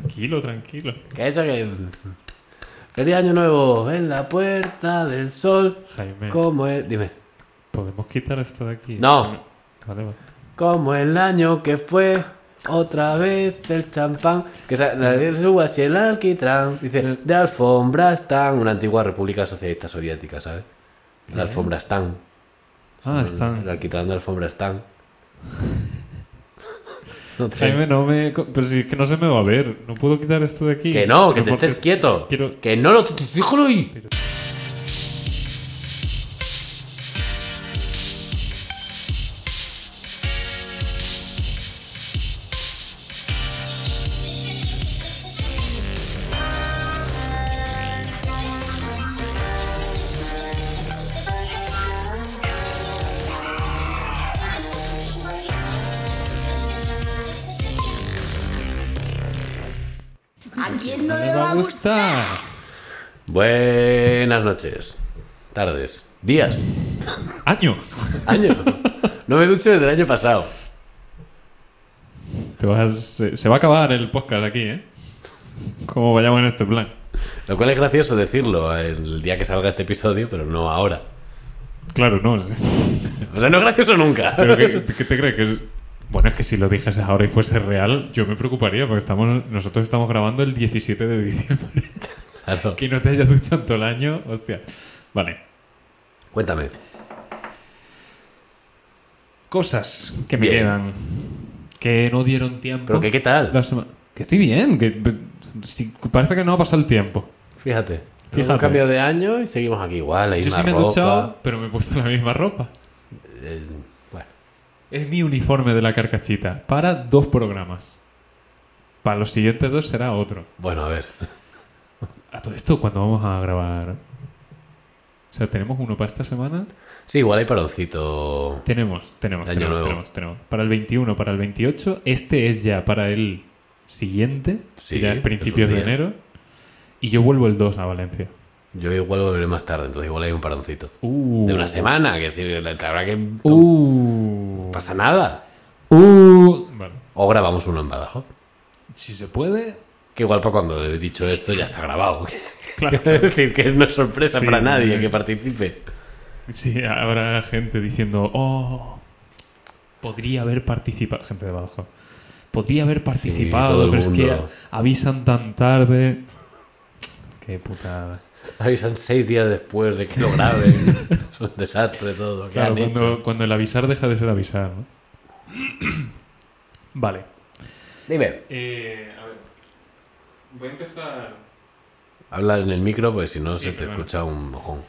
Tranquilo, tranquilo. Que eso que. Feliz año nuevo en la puerta del sol. Jaime, Como es. Dime. ¿podemos quitar esto de aquí? No. Vale, vale. Como el año que fue. Otra vez el champán. Que sa- nadie suba si el alquitrán. Dice, de alfombra están. Una antigua república socialista soviética, ¿sabes? La alfombra están. Ah, El están. alquitrán de alfombra están. No te- Jaime, no me. co- Pero si es que no se me va a ver. No puedo quitar esto de aquí. Que no, que Pero te porque estés quieto. quiero- Que no lo. ¡Díjalo ahí! ¿A quién no No le va a gustar? Buenas noches. Tardes. Días. Año. Año. No me ducho desde el año pasado. Te vas- se, se va a acabar el podcast aquí, ¿eh? Como vayamos en este plan. Lo cual es gracioso decirlo el día que salga este episodio, pero no ahora. Claro, no. es- O sea, no es gracioso nunca. ¿Pero qué, qué te crees? Que es- Bueno, es que si lo dijeses ahora y fuese real, yo me preocuparía porque estamos, nosotros estamos grabando el 17 de diciembre. Claro. Que no te hayas duchado en todo el año, hostia. Vale. Cuéntame. Cosas que me Bien. quedan. Que no dieron tiempo. Pero que qué tal. La sema- Que estoy bien. Que si- parece que no ha pasado el tiempo. Fíjate. Fíjate. Un cambio de año y seguimos aquí igual, la Yo misma sí me he ropa. duchado, pero me he puesto la misma ropa. Eh, bueno. Es mi uniforme de la carcachita para dos programas. Para los siguientes dos será otro. Bueno, a ver. A todo esto, ¿cuándo vamos a grabar? O sea, ¿tenemos uno para esta semana? Sí, igual hay paroncito. Tenemos, tenemos, Año tenemos, nuevo. tenemos, tenemos. Para el 21, para el 28. Este es ya para el siguiente, Sí, que ya es es un principios de día. enero. Y yo vuelvo el 2 a Valencia. Yo igual volveré más tarde, entonces igual hay un paroncito. Uh, De una semana, que decir, la verdad que no Uh, pasa nada. uh. Bueno, O grabamos uno en Badajoz. si se puede, Que igual para cuando he dicho esto ya está grabado. Claro. es decir, que es una sorpresa Sí. para nadie que participe. Sí, habrá gente diciendo, oh, podría haber participado, gente de Badajoz, podría haber todo participado, el pero es que mundo. avisan tan tarde. Qué putada. Avisan seis días después de que lo graben. es un desastre todo. ¿Qué Claro, han cuando, hecho? cuando el avisar deja de ser avisar, ¿no? vale. eh, Dime, a ver, voy a empezar... habla en el micro porque si no Sí, se te claro. escucha un mojón.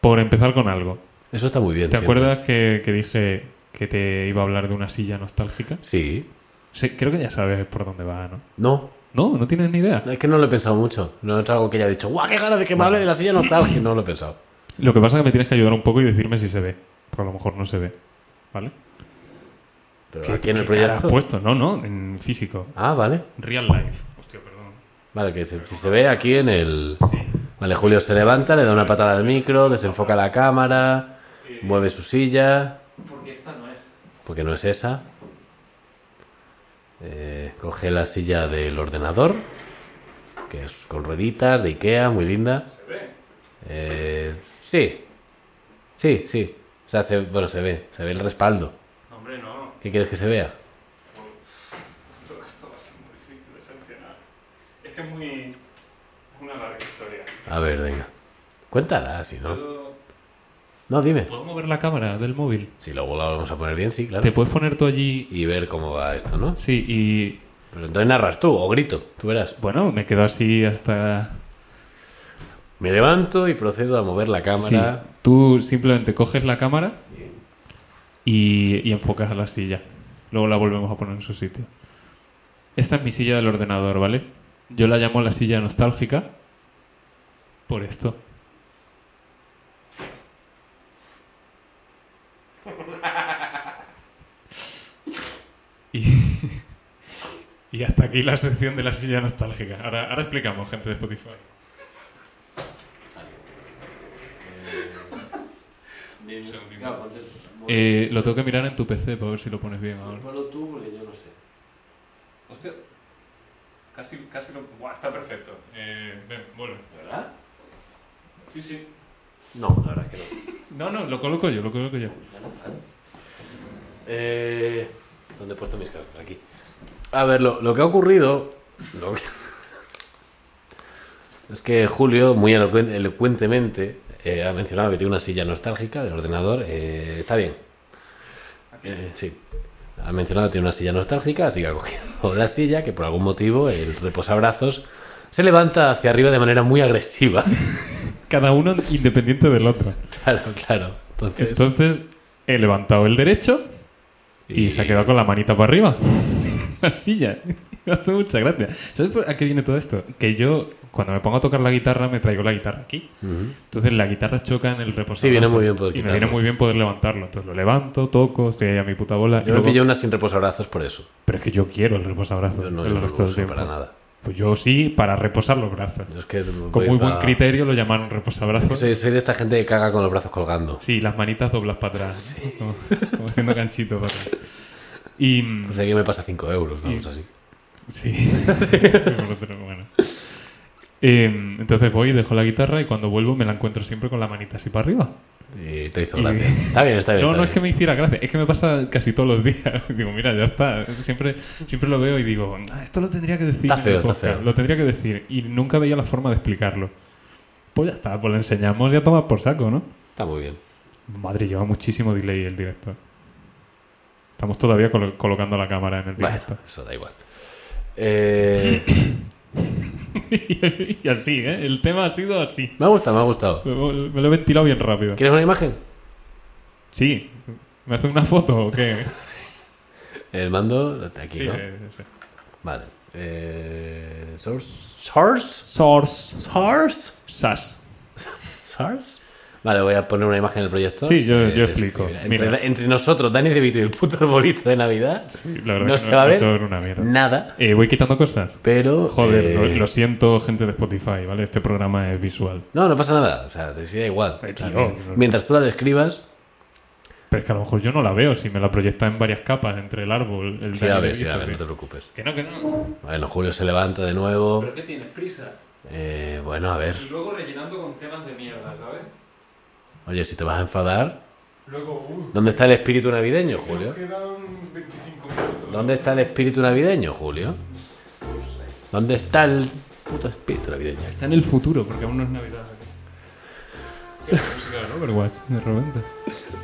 Por empezar con algo. Eso está muy bien. ¿Te siempre. acuerdas que, que dije que te iba a hablar de una silla nostálgica? Sí. Sí, creo que ya sabes por dónde va, ¿no? No, No, no tienes ni idea. es que no lo he pensado mucho. No es algo que haya dicho, ¡guau, qué ganas de que me hable de la silla nostálgica! No lo he pensado. Lo que pasa es que me tienes que ayudar un poco y decirme si se ve. Porque a lo mejor no se ve. ¿Vale? Pero ¿Qué- aquí en el qué cara pues. has proyecto. puesto? No, no, en físico. Ah, vale. Real life. Hostia, perdón. Vale, que se- si se ve aquí en el... Vale, Julio se levanta, le da una patada al micro, desenfoca la cámara, mueve su silla, Porque esta no es. porque no es esa. Eh, coge la silla del ordenador, que es con rueditas, de Ikea, muy linda. Eh, sí, sí, sí. O sea, se, bueno, se ve, se ve el respaldo. Hombre, no. ¿Qué quieres que se vea? Pues Esto, va a ser muy difícil de gestionar. Es que es muy... Una larga historia. A ver, venga. Cuéntala, si no. No, dime. ¿Puedo mover la cámara del móvil? Si luego la vamos a poner bien, sí, ¿Te claro. puedes poner tú allí? Y ver cómo va esto, ¿no? Sí, y... Pero entonces narras tú, o grito, tú verás. Bueno, me quedo así hasta... Me levanto y procedo a mover la Sí, cámara. tú simplemente coges la cámara y, y enfocas a la silla. Luego la volvemos a poner en su sitio. Esta es mi silla del ordenador, ¿vale? Yo la llamo la silla nostálgica por esto. Y, y hasta aquí la sección de la silla nostálgica. Ahora, ahora explicamos, gente de Spotify. Eh, lo tengo que mirar en tu PC para ver si lo pones bien ahora. tú porque yo no sé. Hostia. Casi, casi lo. Buah, está perfecto. Eh, ven, vuelve. ¿Verdad? Sí, sí. No, la verdad es que no. No, no, lo coloco yo, lo coloco yo. Eh, ¿Dónde he puesto mis cartas? Aquí. A ver, lo, lo que ha ocurrido. lo que- Es que Julio, muy elocuen- elocuentemente, eh, ha mencionado que tiene una silla nostálgica del ordenador. Eh, está bien. Eh, sí. Ha mencionado que tiene una silla nostálgica, así que ha cogido la silla, que por algún motivo el reposabrazos se levanta hacia arriba de manera muy agresiva. Cada uno independiente del otro. claro, claro. Entonces, Entonces, he levantado el derecho y, se ha quedado con la manita para arriba. la silla. Me hace mucha gracia. ¿Sabes por- a qué viene todo esto? Que yo, cuando me pongo a tocar la guitarra, me traigo la guitarra aquí. Ujú. Entonces la guitarra choca en el reposabrazos. Sí, viene muy bien Y poder me quitarlo. viene muy bien poder levantarlo. Entonces lo levanto, toco, estoy ahí a mi puta bola. y Yo me luego- pillé una sin reposabrazos por eso. Pero es que yo quiero el reposabrazos Yo no, yo el no resto lo del uso tiempo. para nada. Pues yo sí, para reposar los brazos. Yo es que Con voy muy buen pa- criterio lo llamaron reposabrazos. Soy, soy de esta gente que caga con los brazos colgando. Sí, las manitas doblas para atrás. ¿no? Como, como haciendo ganchito para atrás. Y. mm, Pues aquí me pasa 5 euros, vamos así. Sí. Por otro, bueno. Eh, entonces voy, dejo la guitarra y cuando vuelvo me la encuentro siempre con la manita así para arriba. Y te hizo Y- gracia. Está bien, está bien. No, está no es que bien. me hiciera gracia, es que me pasa casi todos los días. Digo, mira, ya está. Siempre, siempre lo veo y digo, "Ah, esto lo tendría que decir. Está en feo, el está podcast, feo. Lo tendría que decir. Y nunca veía la forma de explicarlo. Pues ya está, pues lo enseñamos y a tomar por saco, ¿no? Está muy bien. Madre, lleva muchísimo delay el director. Estamos todavía colo- colocando la cámara en el Bueno, directo. eso da igual. Eh, y así, ¿eh? El tema ha sido así. me ha gustado, me ha gustado. Me, me lo he ventilado bien rápido. ¿Quieres una imagen? Sí. ¿Me hace una foto o qué? El mando lo te- aquí, Sí, ¿no? eh, sí. Vale. Eh, source. Source. Source. Source. SAS. Source. Vale, voy a poner una imagen del proyector. Sí, yo- Eh, yo es- explico. mira, Mira. Entre, entre nosotros, Dani DeVito y el puto arbolito de Navidad, Sí, la verdad No que se va a ver se va a ver una mierda. nada. Eh, voy quitando cosas. Pero. Joder, eh, lo, lo siento, gente de Spotify, ¿vale? Este programa es visual. No, no pasa nada. O sea, te sí da igual. Eh, O sea, tío, que no- mientras tú la describas, Pero es que a lo mejor yo no la veo si me la proyecta en varias capas entre el árbol, el sí la Dani ves, sí la DeVito, ves, no que- te preocupes. Que no, que no. Bueno, Julio se levanta de nuevo. qué tienes prisa? Eh, bueno, a ver. luego rellenando con temas de mierda, ¿sabes? Oye, si te vas a enfadar. Luego, uh, ¿Dónde está el espíritu navideño, Julio? quedan 25 minutos. ¿Dónde está el espíritu navideño, Julio? ¿Dónde está el puto espíritu navideño? Está en el futuro, porque aún no es Navidad. Hostia, la música de Overwatch, de repente.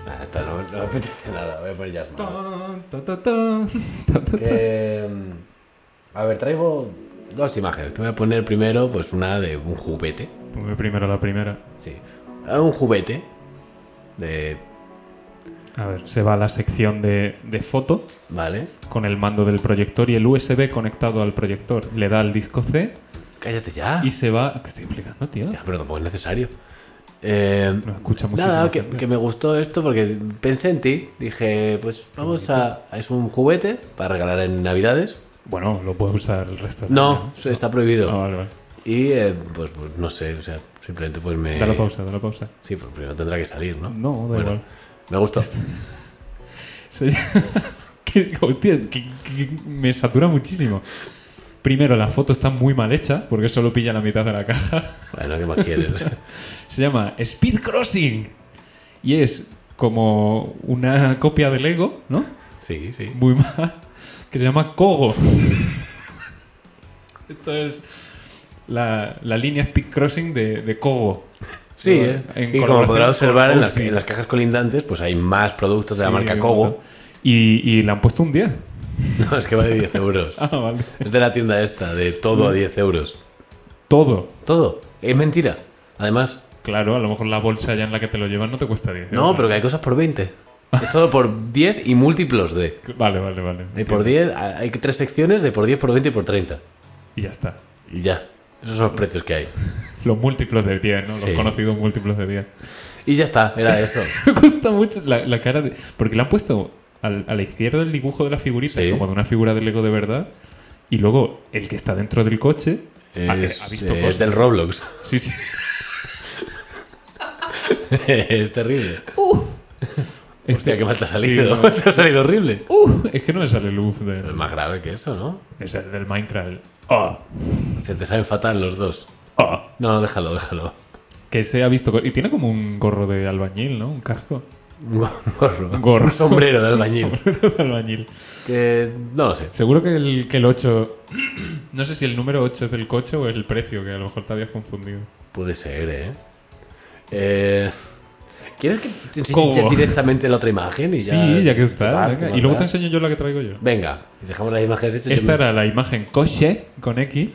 Ah, esto no, no me apetece nada. Voy a poner jazz. man. Tan, ta, ta, tan, ta, ta, ta. Que, mm, a ver, traigo dos imágenes. Te voy a poner primero, pues una de un juguete. Ponme primero la primera. Sí. Un juguete. De. A ver, se va a la sección de, de foto Vale. con el mando del proyector y el USB conectado al proyector. Le da al disco C Cállate ya. y se va. ¿Qué estoy explicando, tío? Ya, pero tampoco es necesario. Eh, No escucha muchísimo. nada, que, que me gustó esto porque pensé en ti. Dije, pues vamos a. Es un juguete para regalar en Navidades. Bueno, lo puede usar el resto. del No, año. eso está Ah, prohibido. vale, vale. Y eh, pues, pues, no sé, o sea, simplemente pues me. Dale pausa, dale pausa. Sí, pues primero tendrá que salir, ¿no? No, da igual. Me gustó. Se llama- que es- hostia, que- que- que me satura muchísimo. Primero, la foto está muy mal hecha porque solo pilla la mitad de la caja. Bueno, ¿qué más quieres? Se llama Speed Crossing y es como una copia de Lego, ¿no? sí, sí. Muy mal, que se llama Kogo. Esto es la, la línea Speed Crossing de, de Kogo. Sí, Lo- ¿eh? en Y como colaboración podrás observar, con en las, Austin. en las cajas colindantes, pues hay más productos de la Sí, marca me Kogo. gusta. Y, y le han puesto un 10. No, es que vale 10 euros. Ah, vale. Es de la tienda esta, de todo a 10 euros. Todo. Todo. Es mentira. Además, Claro, a lo mejor la bolsa ya en la que te lo llevan no te cuesta 10. no, pero que hay cosas por 20. Es todo por 10 y múltiplos de. que... Vale, vale, vale. Hay por 10, a- hay tres secciones de por 10, por 20 y por 30. Y ya está. Y ya. Esos son los precios que hay. Los múltiplos de 10, ¿no? Sí. Los conocidos múltiplos de 10. Y ya está, era eso. Me gusta mucho la, la cara de... Porque le han puesto al- a la izquierda el dibujo de la figurita, Sí. como de una figura de Lego de verdad. Y luego el que está dentro del coche ha, Es, eh, ha visto es cosas. del Roblox. Sí, sí. es terrible. Hostia, Este- qué mal te ha Sí, salido. no, te ha salido horrible. ¡Uh! es que no me sale el UF Pero de, es más grave que eso, ¿no? es el del Minecraft. el ah, Se te saben fatal los dos. ah, No, no, déjalo, déjalo. que se ha visto. co- Y tiene como un gorro de albañil, ¿no? Un casco. Un gorro. Un gorro. Un sombrero de albañil. de albañil. que no lo sé. Seguro que el, que el 8. No sé si el número 8 es el coche o es el precio, que a lo mejor te habías confundido. Puede ser, ¿eh? Eh, ¿Quieres que te enseñe ¿Cómo? ya directamente la otra imagen? Y ya, sí, ya que está. Total, venga. ¿qué Y luego más te da? enseño yo la que traigo yo. Venga, y dejamos las imágenes hechas. yo Esta me- era la imagen coche con X y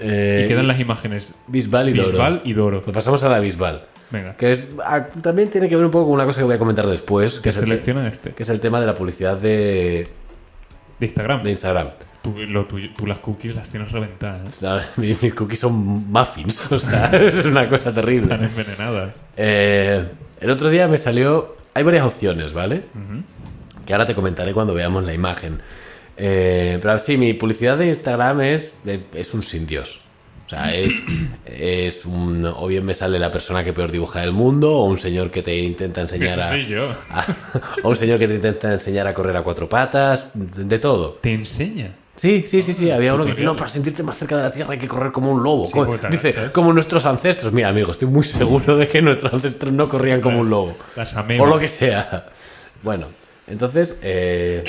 Eh, quedan las imágenes Bisbal y Doro. Bisbal y Doro. Pues pasamos a la Bisbal. Venga, Que es- ah, también tiene que ver un poco con una cosa que voy a comentar después. que es el, te- selecciona este que es el tema de la publicidad de, de Instagram. de Instagram. Tú, lo tuyo- tú las cookies las tienes reventadas, ¿eh? O sea, Mis mis cookies son muffins. O sea, es una cosa terrible. están envenenadas. Eh, el otro día me salió. Hay varias opciones, ¿vale? Que ahora te comentaré cuando veamos la imagen. Eh, pero sí, mi publicidad de Instagram es, es un sin Dios. O sea, es, es un. O bien me sale la persona que peor dibuja del mundo, o un señor que te intenta Que enseñar eso a. soy yo. a- o un señor que te intenta enseñar a correr a cuatro patas, de, de todo. Te enseña. Sí, sí, sí, sí. Ah, Había uno que dice, tutorial. no, para sentirte más cerca de la Tierra hay que correr como un lobo. Como- porque te dice, agachas. como nuestros ancestros. Mira, amigo, estoy muy seguro de que nuestros ancestros no corrían como pues, un lobo. Las amemos. Por lo que sea. Bueno, entonces eh,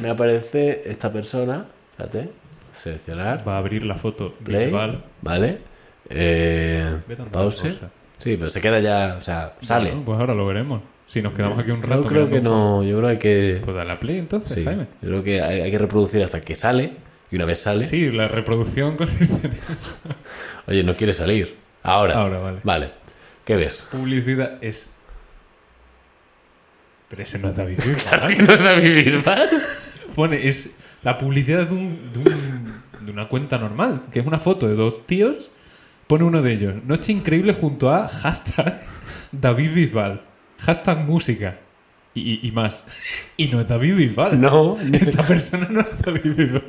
me aparece esta persona. Espérate. Seleccionar. Va a abrir la foto play, visual. Vale. Eh, Ve tanta pause. cosa. Sí, pero se queda ya, o sea, sale. Bueno, pues ahora lo veremos. Si nos quedamos aquí un rato. Yo creo mirando que fotos, no, yo creo que hay que... Pues dale a play entonces, sí, Jaime. yo creo que hay, hay que reproducir hasta que sale. Y una vez sale... Sí, la reproducción consiste en Oye, no quiere salir. Ahora. Ahora, vale. Vale. ¿Qué ves? publicidad. Es. Pero ese no es David. Claro que no es David Bisbal. Pone, es la publicidad de, un- de un- de una cuenta normal, que es una foto de dos tíos. Pone uno de ellos, Noche Increíble junto a hashtag David Bisbal, hashtag música y, y- y más. Y no es David Bisbal. No. Esta persona no es David Bisbal.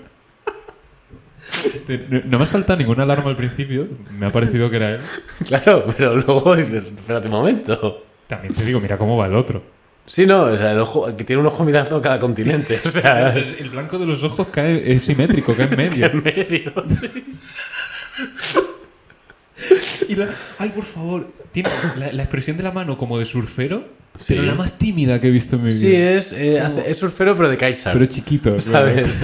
Te- no- No me ha saltado ninguna alarma al principio, me ha parecido que era él. Claro, pero luego dices, espérate un momento. También te digo, mira cómo va el otro. Sí, no, o sea, el ojo, que tiene un ojo mirando cada continente. O sea, es El blanco de los ojos cae, es simétrico, cae en medio. en medio. Y la- ay, por favor, tiene la, la expresión de la mano como de surfero, Sí. pero la más tímida que he visto en mi vida. Sí, es, eh, hace- es surfero, pero de kitesurf. Pero chiquito, ¿Sabes?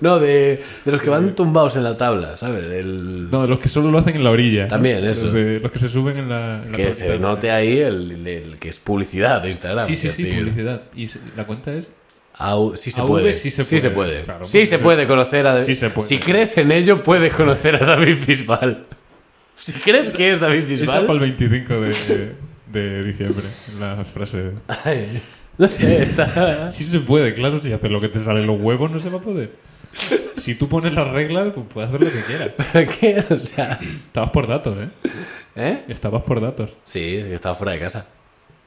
No, de, de los que van tumbados en la tabla, ¿sabes? El- No, de los que solo lo hacen en la orilla. También, Los eso. de- los que se suben en la. en la que tabla. se note ahí el, el- el que es publicidad de Instagram. Sí, sí, es sí, decir, publicidad. Y se- la cuenta es. Au- sí se AV puede. sí se Sí se puede, puede. claro, sí porque se sí. puede conocer a David. Sí se puede. Si crees en ello, puedes conocer a David Bisbal. Si crees que es David Esa para el Bisbal. 25 de, de diciembre, la frase. Ay, no sé, está- Sí se puede, claro, si haces lo que te salen los huevos no se va a poder. Si tú pones las reglas, pues puedes hacer lo que quieras. ¿Pero qué? O sea, Estabas por datos, ¿eh? ¿eh? Estabas por datos. Sí, es que estaba fuera de casa.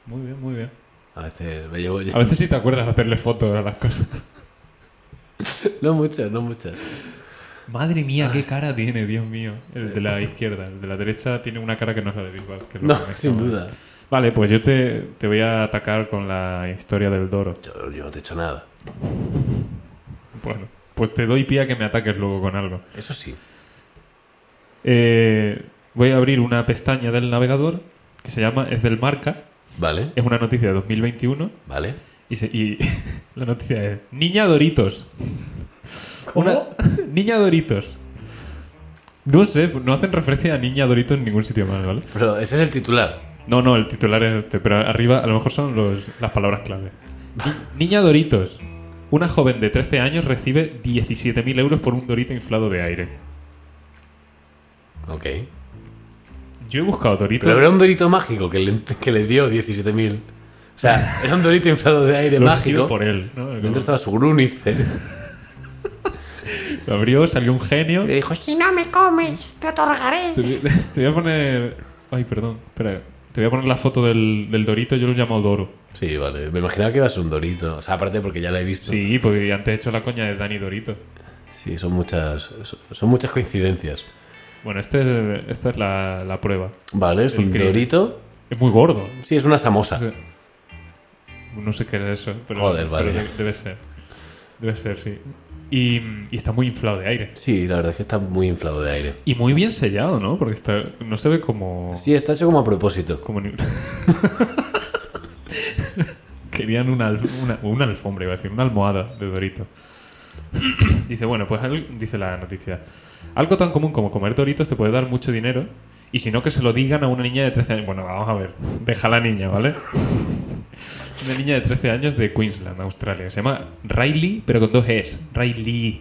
Muy bien, muy bien. A veces me llevo. A veces sí te acuerdas de hacerle fotos a las cosas. No muchas, no muchas. Madre mía, qué cara tiene, Dios mío. El de la izquierda, el de la derecha tiene una cara que no es la de Bisbal. que es lo No, que me sin llama. duda. Vale, pues yo te, te voy a atacar con la historia del Doro. Yo, yo no te he hecho nada. Bueno, pues te doy pie a que me ataques luego con algo. Eso sí. Eh, voy a abrir una pestaña del navegador que se llama Es del Marca. Vale, Es una noticia de 2021 vale. y, se- y la noticia es Niña Doritos. Una, niña Doritos. No sé, no hacen referencia a Niña Doritos en ningún sitio más, ¿vale? Pero ese es el titular. No, no, el titular es este, pero arriba a lo mejor son los- las palabras clave. Ni- Niña Doritos. Una joven de 13 años recibe 17.000 euros por un dorito inflado de aire. Ok. Yo he buscado Doritos. Pero era un dorito mágico que le, que le dio 17.000. O sea, era un dorito inflado de aire lo elegido mágico. por él. ¿no? Dentro estaba su grunice. Lo abrió, salió un genio. Le dijo, Si no me comes, te otorgaré. Te, voy- te voy a poner. Ay, perdón, espera. Te voy a poner la foto del, del Dorito, yo lo llamo Doro. sí, vale. Me imaginaba que iba a ser un dorito. O sea, aparte porque ya la he visto. Sí, porque antes he hecho la coña de Dani Dorito. Sí, son muchas, son- son muchas coincidencias. Bueno, este es- esta es la, la prueba. Vale, es El un crío. dorito. Es muy gordo. Sí, es una samosa. Sí. No sé qué es eso, pero, Joder, pero vale. de- debe ser. Debe ser, sí. Y, y está muy inflado de aire. Sí, la verdad es que está muy inflado de aire. Y muy bien sellado, ¿no? Porque está, no se ve como... Sí, está hecho como a propósito. como ni- Querían una, alf- una, una alfombra, iba a decir, una almohada de Dorito. dice, bueno, pues al- dice la noticia. Algo tan común como comer Doritos te puede dar mucho dinero. Y si no, que se lo digan a una niña de 13 años. Bueno, vamos a ver. Deja a la niña, ¿vale? Una niña de 13 años de Queensland, Australia. Se llama Riley, pero con dos E's. Riley.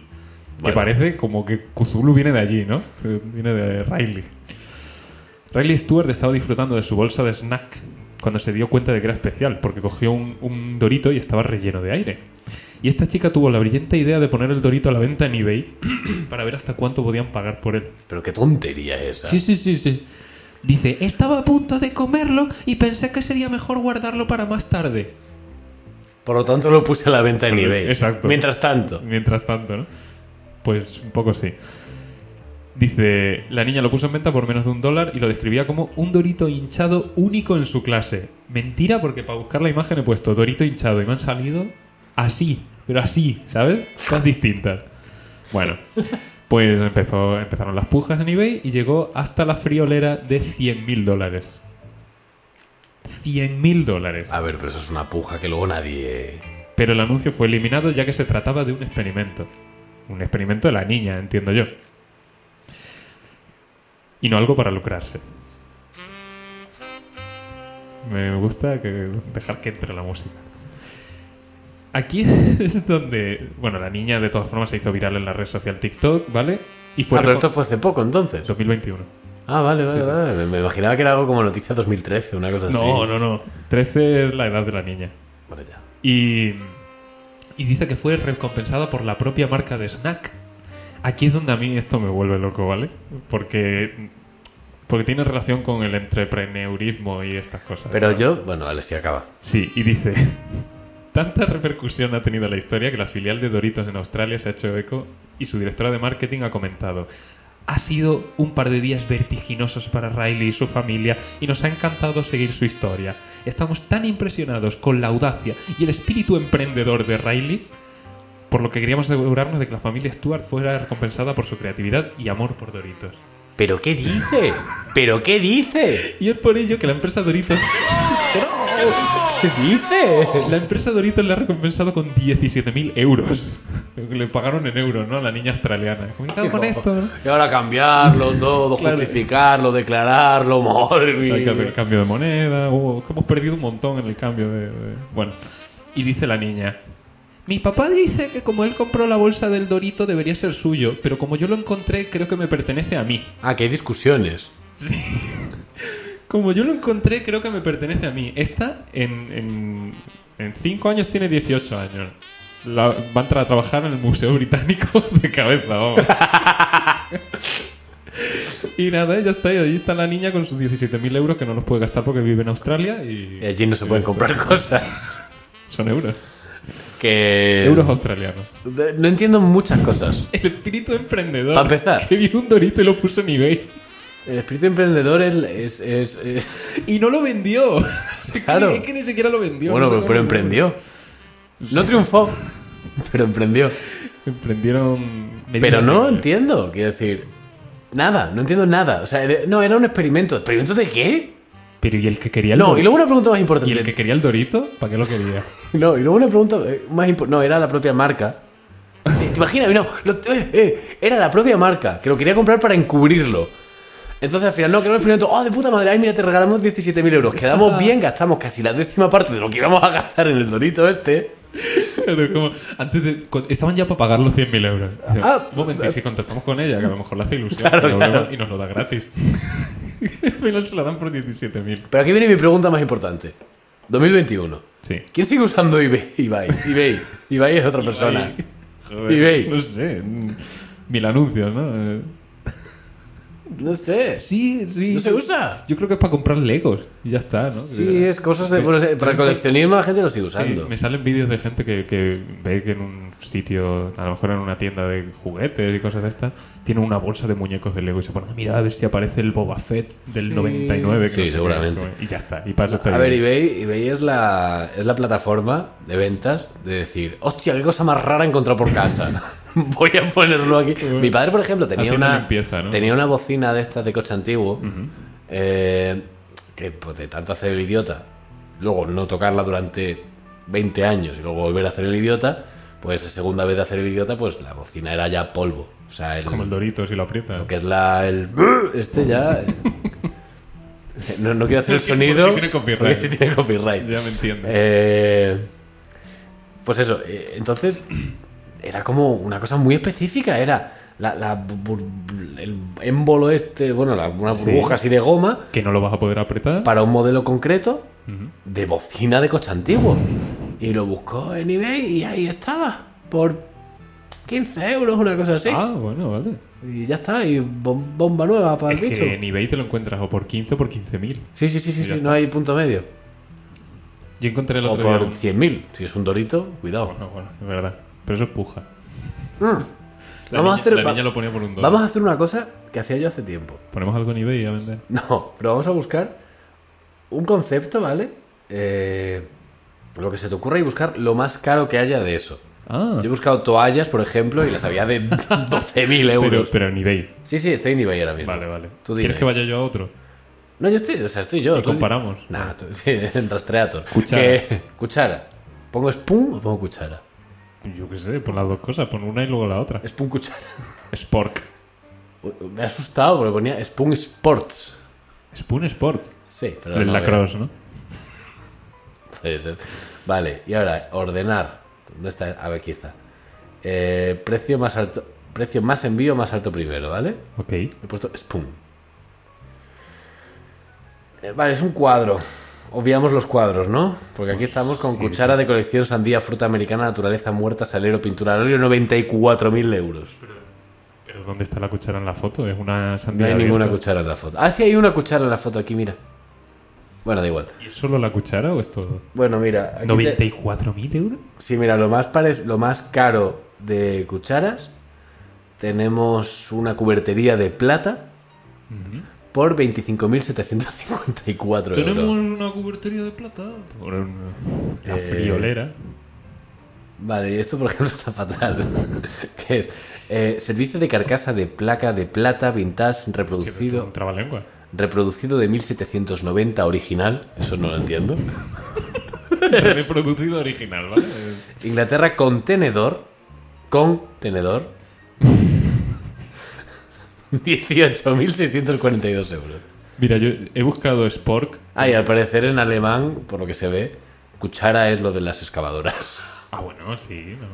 Que Bueno. parece como que Cthulhu viene de allí, ¿no? Eh, Viene de Riley. Riley Stewart estaba disfrutando de su bolsa de snack cuando se dio cuenta de que era especial, porque cogió un, un dorito y estaba relleno de aire. Y esta chica tuvo la brillante idea de poner el dorito a la venta en eBay para ver hasta cuánto podían pagar por él. Pero qué tontería esa. Sí, sí, sí, sí. Dice, estaba a punto de comerlo y pensé que sería mejor guardarlo para más tarde. Por lo tanto, lo puse a la venta en eBay. Exacto. Mientras tanto. Mientras tanto, ¿no? Pues un poco sí. Dice, la niña lo puso en venta por menos de un dólar y lo describía como un dorito hinchado único en su clase. Mentira, porque para buscar la imagen he puesto dorito hinchado y me han salido así, pero así, ¿sabes? Cosas distintas. Bueno, pues empezó, empezaron las pujas en eBay y llegó hasta la friolera de 100 mil dólares. 100 mil dólares. A ver, pero eso es una puja que luego nadie. Pero el anuncio fue eliminado ya que se trataba de un experimento. Un experimento de la niña, entiendo yo. Y no algo para lucrarse. Me gusta que dejar que entre la música. Aquí es donde, bueno, la niña de todas formas se hizo viral en la red social TikTok, ¿vale? Y fue ah, pero reco- esto fue hace poco entonces. 2021. Ah, vale, vale, Sí, sí. vale. Me- Me imaginaba que era algo como noticia 2013, una cosa así. No, no, no. 13 es la edad de la niña. Vale, ya. Y, y dice que fue recompensada por la propia marca de Snack. Aquí es donde a mí esto me vuelve loco, ¿vale? Porque, porque tiene relación con el entrepreneurismo y estas cosas. Pero yo, bueno, vale, sí acaba. Sí, y dice, tanta repercusión ha tenido la historia que la filial de Doritos en Australia se ha hecho eco y su directora de marketing ha comentado, ha sido un par de días vertiginosos para Riley y su familia y nos ha encantado seguir su historia. Estamos tan impresionados con la audacia y el espíritu emprendedor de Riley. Por lo que queríamos asegurarnos de que la familia Stewart fuera recompensada por su creatividad y amor por Doritos. ¿Pero qué dice? ¿Pero qué dice? Y es por ello que la empresa Doritos ¿Qué dice? La empresa Doritos le ha recompensado con 17.000 euros. Le pagaron en euros, ¿no? A la niña australiana. ¿Cómo me cago con esto? ¿no? Y ahora cambiarlo todo, Claro. justificarlo, declararlo, madre mía. Hay que hacer cambio de moneda. o que hemos perdido un montón en el cambio de, de- Bueno. Y dice la niña. Mi papá dice que como él compró la bolsa del Dorito debería ser suyo, pero como yo lo encontré creo que me pertenece a mí. Ah, que hay discusiones. Como yo lo encontré creo que me pertenece a mí. Esta en, en, en cinco años tiene 18 años. La, va a entrar a trabajar en el Museo Británico de cabeza, vamos. Y nada, ya está. Y ahí está la niña con sus 17.000 euros que no los puede gastar porque vive en Australia y. Y allí no se pueden comprar cosas. Son euros. Eh. Que. Euros australianos. De- No entiendo muchas cosas. El espíritu emprendedor. Pa' empezar. Que vio un dorito y lo puso en eBay. El espíritu emprendedor es. es- es- es- Y no lo vendió. Es que- Claro. Es que ni siquiera lo vendió. Bueno, no sé pero, cómo pero lo- emprendió. No triunfó, pero emprendió. Emprendieron. medidas Pero no legales. entiendo, quiero decir. Nada, no entiendo nada. O sea, era- no, era un experimento. ¿Experimento de qué? Pero ¿y el que quería el No, dorito? y luego una pregunta más ¿Y importante. el que quería el dorito? ¿Para qué lo quería? No, y luego una pregunta eh, más importante. No, era la propia marca. Eh, ¿Te imaginas? No, lo- eh, eh, era la propia marca que lo quería comprar para encubrirlo. Entonces al final, no, que era un experimento. ¡Oh, de puta madre! ¡Ay, mira, te regalamos 17.000 euros! Quedamos bien, gastamos casi la décima parte de lo que íbamos a gastar en el dorito este. Claro, como antes de, cu- estaban ya para pagar los 100.000 euros. Dice, Ah, un momento, y si contactamos con ella, que a lo mejor le hace ilusión, Claro, que lo claro. vemos y nos lo da gratis. Al final se la dan por 17.000. Pero aquí viene mi pregunta más importante. 2021. Sí. ¿Quién sigue usando eBay? eBay, eBay, eBay es otra persona. Joder, eBay. No sé. mm, Mil anuncios, ¿no? Eh, No sé. Sí, sí. No se usa. Yo creo que es para comprar Legos y ya está, ¿no? Sí, es cosas de. bueno, sé, para coleccionismo la gente lo sigue usando. Sí, me salen vídeos de gente que, que ve que en un sitio, a lo mejor en una tienda de juguetes y cosas de estas, tiene una bolsa de muñecos de Lego y se pone a mirar a ver si aparece el Boba Fett del 99. que Sí, no sé qué". seguramente. Y ya está, y pasa este hasta A ver, eBay, eBay es, la, es la plataforma de ventas de decir, hostia, qué cosa más rara he encontrado por casa. Voy a ponerlo aquí. Mi padre, por ejemplo, tenía Haciendo una, limpieza, ¿no? tenía una bocina de estas de coche antiguo, eh, que pues, de tanto hacer el idiota, luego no tocarla durante 20 años y luego volver a hacer el idiota, pues segunda vez de hacer el idiota, pues la bocina era ya polvo. O sea, el, Como el Dorito si lo aprietas. lo que es la el este ya eh. no, no quiero hacer el Porque- porque sonido tiene copyright. porque sí tiene copyright. Ya me entiendo. Eh, pues eso eh, entonces era como una cosa muy específica era la, la bur- bur- el émbolo este bueno la- una Sí. burbuja así de goma Que no lo vas a poder apretar. para un modelo concreto Ujú. de bocina de coche antiguo. Y lo buscó en eBay y ahí estaba. Por 15 euros, una cosa así. Ah, bueno, vale. Y ya está, y bom- bomba nueva para Es el bicho. que en eBay te lo encuentras o por 15 o por 15.000. Sí, sí, sí, sí, Y ya sí, está. no hay punto medio. Yo encontré el O otro día. por un- Ah, 100.000, si es un dorito, cuidado. Bueno, bueno, es verdad. Pero eso es puja. Mm. La, Vamos a niña, hacer- la va- niña lo ponía por un dólar. Vamos a hacer una cosa que hacía yo hace tiempo. Ponemos algo en eBay a vender. No, pero vamos a buscar un concepto, ¿vale? Eh, lo que se te ocurra y buscar lo más caro que haya de eso. Ah, Yo he buscado toallas, por ejemplo, y las había de 12.000 pero, euros. pero en eBay. Sí, sí, estoy en eBay ahora mismo. Vale, vale. Tú dime. ¿Quieres que vaya yo a otro? No, yo estoy, o sea, estoy yo. Y tú- comparamos. Nah, tú- sí, en rastreator. Cuchara. Que- cuchara. ¿Pongo spoon o pongo cuchara? Yo qué sé, pon las dos cosas, pon una y luego la otra. Spoon cuchara. Spork. Uy, Me ha asustado porque ponía spoon sports. Spoon Sports. Sí, pero El no lacrosse, ¿no? veo. Puede ser. Vale, y ahora, ordenar. ¿Dónde está? A ver, aquí está. Eh, precio más alto. Precio más envío, más alto primero, ¿vale? Ok. He puesto spoon. Eh, Vale, es un cuadro. Obviamos los cuadros, ¿no? Porque aquí estamos con cuchara de colección sandía, fruta americana, naturaleza muerta, salero, pintura al óleo, 94.000 euros. Pero ¿dónde está la cuchara en la foto? Es una No sandía. hay abierta. ninguna cuchara en la foto. Ah, sí, hay una cuchara en la foto aquí, mira. Bueno, da igual. ¿Y es solo la cuchara o es todo? Bueno, mira. aquí te- ¿94.000 euros? Sí, mira, lo más, pare- lo más caro de cucharas. Tenemos una cubertería de plata por 25.754 euros. una cubertería de plata. Por una... Eh, La friolera. Vale, y esto por ejemplo está fatal. que es? Eh, servicio de carcasa de placa de plata vintage Hostia, pero esto es reproducido, un trabalengua. reproducido de 1790 original. Eso no lo entiendo. Reproducido original, ¿vale? Es- Inglaterra con tenedor. Con tenedor. 18.642 euros. Mira, yo he buscado Spork. Ah, y al parecer en alemán, por lo que se ve, cuchara es lo de las excavadoras. Ah, bueno, sí, ¿no?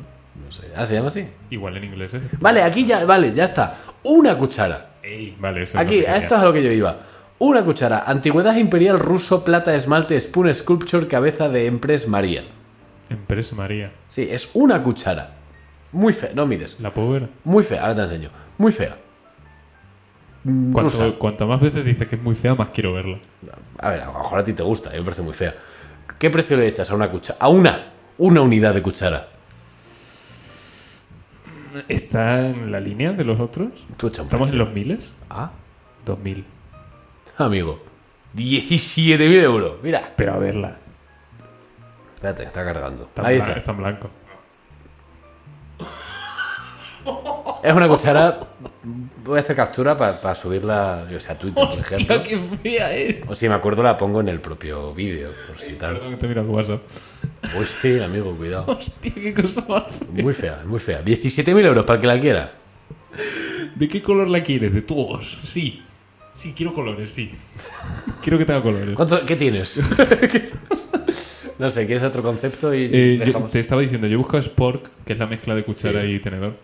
No sé. Ah, se llama así. Igual en inglés es. Vale, aquí ya, vale, ya está. Una cuchara. Ey, vale, eso es Aquí, lo que a esto es quería. a lo que yo iba. Una cuchara, antigüedad imperial ruso, plata, esmalte, spoon, sculpture, cabeza de Empress María. Empresa María. Sí, es una cuchara. Muy fea, no mires. La Power. Muy fea, ahora te enseño. Muy fea. Mm, rusa. Cuanto, cuanto más veces dices que es muy fea, más quiero verla. A ver, a lo mejor a ti te gusta, a mí me parece muy fea. ¿Qué precio le echas a una cuchara? A una, una unidad de cuchara. ¿Está en la línea de los otros? Tú echa un ¿Estamos en precio. los miles? Ah, Dos mil. amigo. 17.000 euros, mira. Pero a verla. Espérate, está cargando. Está, en Ahí blan- está. está en blanco. Es una cuchara. Voy a hacer captura para subirla yo sé, a Twitter, por ejemplo. qué fea es! O si me acuerdo, la pongo en el propio vídeo, por si tal. Perdón que te mira el WhatsApp. Uy, sí, amigo, cuidado. Hostia, qué cosa más fea. Muy fea, muy fea. 17.000 euros para el que la quiera. ¿De qué color la quieres? De todos. Sí. Sí, quiero colores, sí. Quiero que tenga colores. ¿Cuánto, ¿Qué tienes? no sé, ¿quieres otro concepto? Y Eh, yo dejamos. te estaba diciendo, yo he buscado Spork, que es la mezcla de cuchara Sí. y tenedor.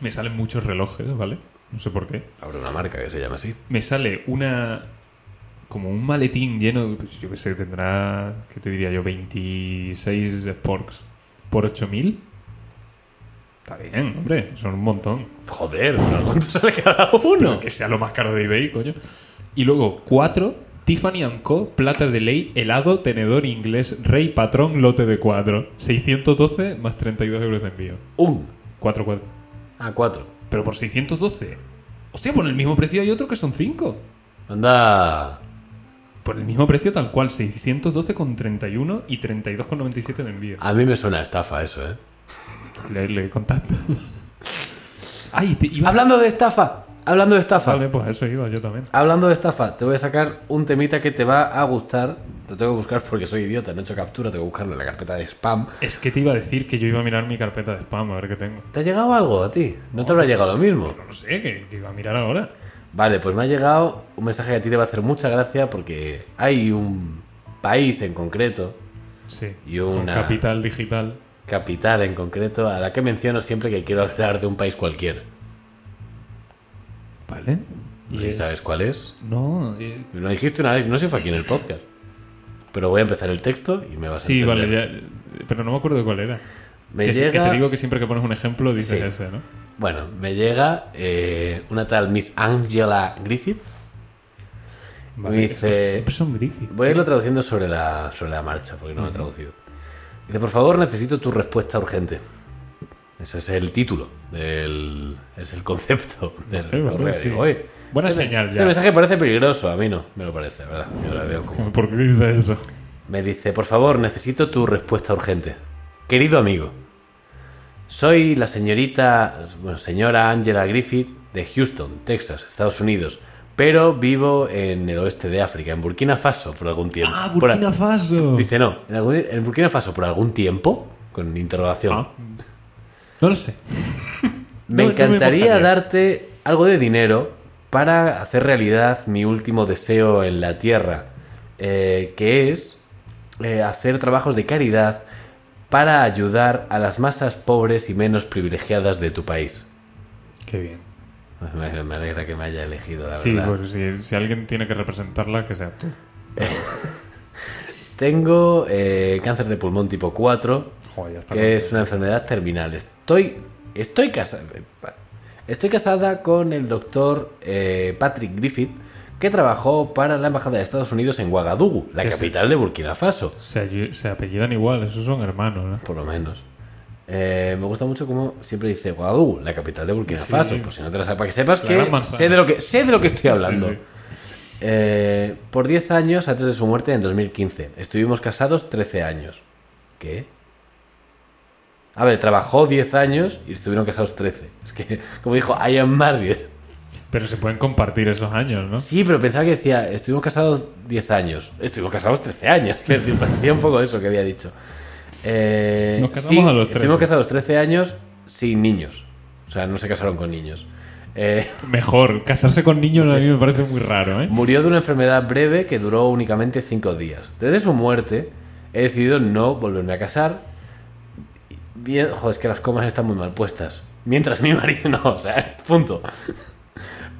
Me salen muchos relojes, ¿vale? No sé por qué. Habrá una marca que se llama así. Me sale una. como un maletín lleno. de- pues, yo qué sé, tendrá. ¿Qué te diría yo? 26 Sporks por 8000. Está bien, hombre, son un montón. Joder, una sale cada uno. Que sea lo más caro de eBay, coño. Y luego, cuatro, Tiffany Co., plata de ley, helado, tenedor inglés, rey, patrón, lote de cuadro. 612 más 32 euros de envío. Un. Cuatro, cuadros. A cuatro. Pero por 612. Hostia, por el mismo precio hay otro que son cinco. Anda. Por el mismo precio tal cual, 612,31 y 32,97 de envío. A mí me suena a estafa eso, ¿eh? Le, le contacto. Ay, te iba Hablando de estafa. Hablando de estafa. Vale, pues a eso iba yo también. Hablando de estafa, te voy a sacar un temita que te va a gustar. Lo tengo que buscar porque soy idiota, no he hecho captura, tengo que buscarlo en la carpeta de spam. Es que te iba a decir que yo iba a mirar mi carpeta de spam a ver qué tengo. ¿Te ha llegado algo a ti? ¿No te habrá llegado lo mismo? Pero no sé, que, que iba a mirar ahora. Vale, pues me ha llegado un mensaje que a ti te va a hacer mucha gracia porque hay un país en concreto, Sí. Y Con una- capital digital. capital en concreto, a la que menciono siempre que quiero hablar de un país cualquiera. Vale. ¿Y si sabes cuál es? No. eh, Me lo dijiste una vez, no sé si fue aquí en el podcast. Pero voy a empezar el texto y me vas a Sí, vale, entender. ya- Pero no me acuerdo cuál era. Me que, sí- que llega... te digo que siempre que pones un ejemplo dices Sí. ese, ¿no? Bueno, me llega eh, una tal Miss Angela Griffith. Vale, Dice- estos Siempre son griffiths. Voy a irlo traduciendo sobre la, sobre la marcha, porque no lo he traducido. Dice, por favor, necesito tu respuesta urgente. Ese es el título, del, es el concepto del Vale, vale, correo. sí. Digo, "Oye, Buena este, señal este ya. mensaje parece peligroso, a mí no, me lo parece, la ¿verdad? Yo la veo como... ¿Por qué dices eso? Me dice, por favor, necesito tu respuesta urgente. Querido amigo, soy la señorita, bueno, señora Angela Griffith de Houston, Texas, Estados Unidos, pero vivo en el oeste de África, en Burkina Faso, por algún tiempo. ¡Ah, Por a- Burkina Faso! Dice, no, en, algún- en Burkina Faso por algún tiempo, con interrogación. Ah. No lo sé. me no, no me encantaría mojaría. darte algo de dinero para hacer realidad mi último deseo en la tierra, eh, que es eh, hacer trabajos de caridad para ayudar a las masas pobres y menos privilegiadas de tu país. Qué bien. Me, me alegra que me haya elegido, la Sí, verdad. pues si, si alguien tiene que representarla, que sea tú. Tengo eh, cáncer de pulmón tipo 4, Joder, ya está. que es una enfermedad terminal. Estoy, estoy casada. Estoy casada con el doctor eh, Patrick Griffith, que trabajó para la embajada de Estados Unidos en Ouagadougou, la Que sí. capital de Burkina Faso, Se, ayu- se apellidan igual, esos son hermanos, ¿no? por lo menos. Eh, me gusta mucho como siempre dice Ouagadougou, la capital de Burkina Sí. Faso. Pues si no te la sabes, para que sepas La que gran manzana. sé de lo que sé de lo que estoy hablando. Sí, sí. Eh, por 10 años antes de su muerte en 2015. Estuvimos casados 13 años. ¿Qué? A ver, trabajó 10 años y estuvieron casados 13. Es que, como dijo, I am married. Pero se pueden compartir esos años, ¿no? Sí, pero pensaba que decía, estuvimos casados 10 años. Estuvimos casados 13 años. Es decir, parecía un poco eso que había dicho. Eh, Nos casamos a los Estuvimos 13. casados 13 años sin niños. O sea, no se casaron con niños. Eh, Mejor, casarse con niños a mí me parece muy raro, ¿eh? Murió de una enfermedad breve que duró únicamente cinco días. Desde su muerte, he decidido no volverme a casar. Bien, joder, es que las comas están muy mal puestas. Mientras mi marido. No, o sea, punto.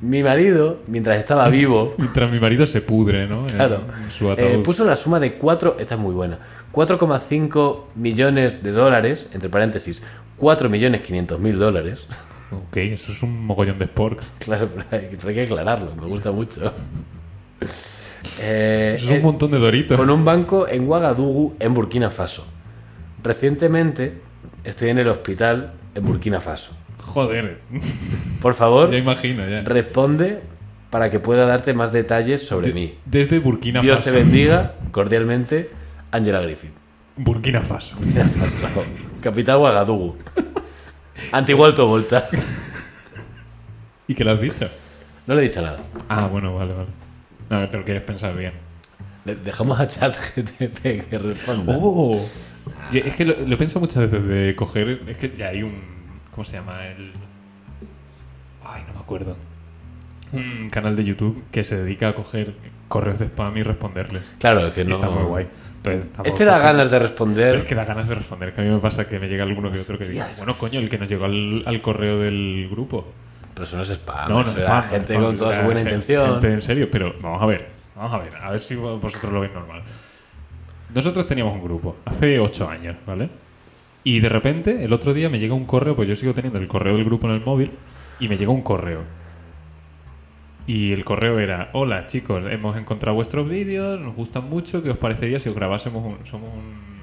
Mi marido, mientras estaba vivo, Mientras mi marido se pudre, ¿no? En- claro, En su eh, ataúd. puso la suma de 4. Esta es muy buena. 4,5 millones de dólares, entre paréntesis, 4 millones 500 mil dólares. Ok, eso es un mogollón de sporks. Claro, pero hay, pero hay que aclararlo, me gusta mucho. Eh, Eso es eh, un montón de doritos. con un banco en Ouagadougou, en Burkina Faso. Recientemente estoy en el hospital en Burkina Faso. Joder, Por favor, ya imagino, ya. responde para que pueda darte más detalles sobre De- mí. Desde Burkina Dios te Faso. bendiga, cordialmente, Angela Griffith. Burkina Faso. Burkina Faso, Capital Ouagadougou. Antigua Alto Volta. ¿Y qué le has dicho? No le he dicho nada. Ah, bueno, vale, vale. A ver, te lo quieres pensar bien. Le dejamos a ChatGTP que responda. ¡Oh! Ye- Es que lo, lo he pensado muchas veces de coger. Es que ya hay un. ¿Cómo se llama? El. Ay, no me acuerdo. Un canal de YouTube que se dedica a coger correos de spam y responderles. Claro, que Y no. está muy guay. Entonces, tampoco- Este da ganas de Pero es responder. que da ganas de responder. Que a mí me pasa que me llega alguno que otro que digo, Hostias. bueno, coño, el que nos llegó al, al correo del grupo. Pero eso no es spam. No, no, eso es era spam, gente spam, con toda su era buena gen- intención. Gente en serio, pero vamos a ver, vamos a ver, a ver si vosotros lo veis normal. Nosotros teníamos un grupo hace ocho años, ¿vale? Y de repente, el otro día me llega un correo, pues yo sigo teniendo el correo del grupo en el móvil, y me llega un correo. Y el correo era, hola chicos, hemos encontrado vuestros vídeos, nos gustan mucho, ¿qué os parecería si os grabásemos un... Somos un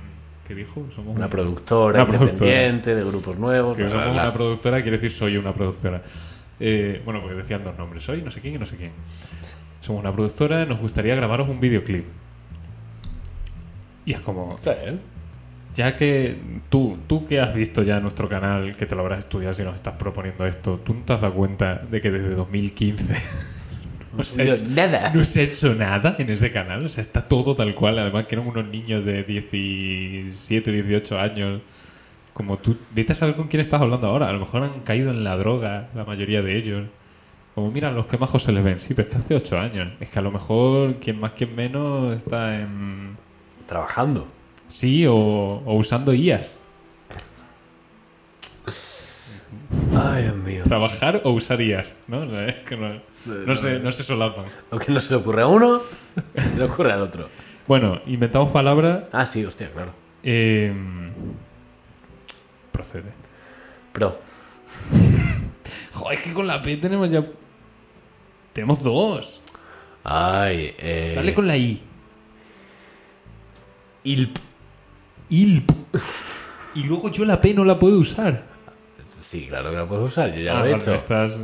¿Qué dijo? Somos Una un- productora Una productora. independiente de grupos nuevos. que bla, somos bla, una bla. productora quiere decir soy una productora. Eh, bueno, porque decían dos nombres, soy no sé quién y no sé quién. Somos una productora, nos gustaría grabaros un videoclip. Y es como, Claro. ya que tú, tú que has visto ya nuestro canal, que te lo habrás estudiado si nos estás proponiendo esto, tú no te has dado cuenta de que desde 2015 no se ha Yo, hecho- nada. no se ha hecho nada en ese canal, o sea, está todo tal cual. Además, que eran unos niños de 17, 18 años. Como tú, vete a saber con quién estás hablando ahora. A lo mejor han caído en la droga, la mayoría de ellos. Como, mira, los que majos se les ven. Sí, pero es que hace 8 años. Es que a lo mejor, quien más, quien menos, está en. Trabajando. Sí, o, o usando IAS. Ay, Dios mío. Trabajar o usar IAS, ¿no? O sea, es que no, no se, no se solapan. Lo que no se le ocurre a uno, se le ocurre al otro. Bueno, inventamos palabra. Ah, sí, hostia, claro. eh, procede. Pro. Joder, es que con la P tenemos ya. Tenemos dos. Ay, eh. Dale con la I. Ilp. ILP. Y luego yo la P no la puedo usar. Sí, claro que la puedes usar, yo ya Ah, lo he vale, hecho. Estás.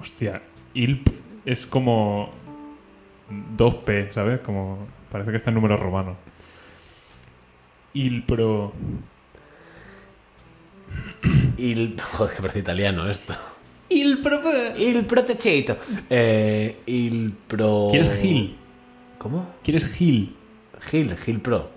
Hostia, ILP es como. 2P, ¿sabes? Como. Parece que está en número romano. ILPRO. Il... Joder, que parece italiano esto. ILPRO. Il protecheito. Eh, il pro. ¿Quieres Gil? ¿Cómo? ¿Quieres Gil? Gil, Gil pro.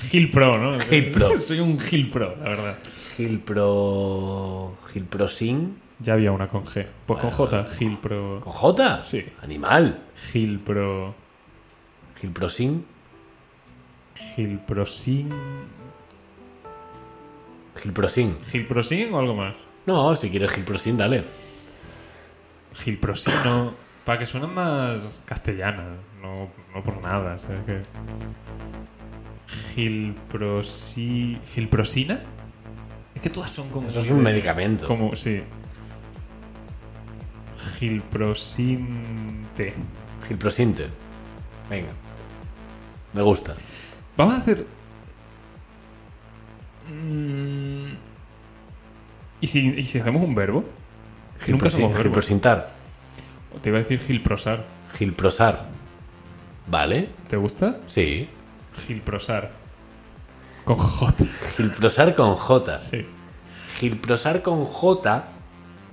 Gil Pro, ¿no? Gil Pro. Soy un Gil Pro, la verdad. Gil pro. Gil pro sin. Ya había una con G. Pues Ah. con J, Gil Pro. ¿Con J? Sí. Animal. Gil Pro. Gil pro sin. Gil Pro Sin. Gil pro sin. ¿Gil Pro Sin o algo más? No, si quieres Gil pro sin, dale. Gil Pro Sin, no. Para que suenen más castellanas. No, no por nada, ¿sabes qué? Gil Pro Si- Gil Prosina. Es que todas son como. Eso es un medicamento. Como, sí. Gil Pro Sin T. Gil pro sinte. Venga. Me gusta. Vamos a hacer. Mm. ¿Y si, y si hacemos un verbo? Que nunca Gilprosin- somos verbos. Gilprosintar. O Te iba a decir gilprosar. Gilprosar. ¿Vale? ¿Te gusta? Sí. Gilprosar. Con J. Gilprosar con J. Sí. Gilprosar con J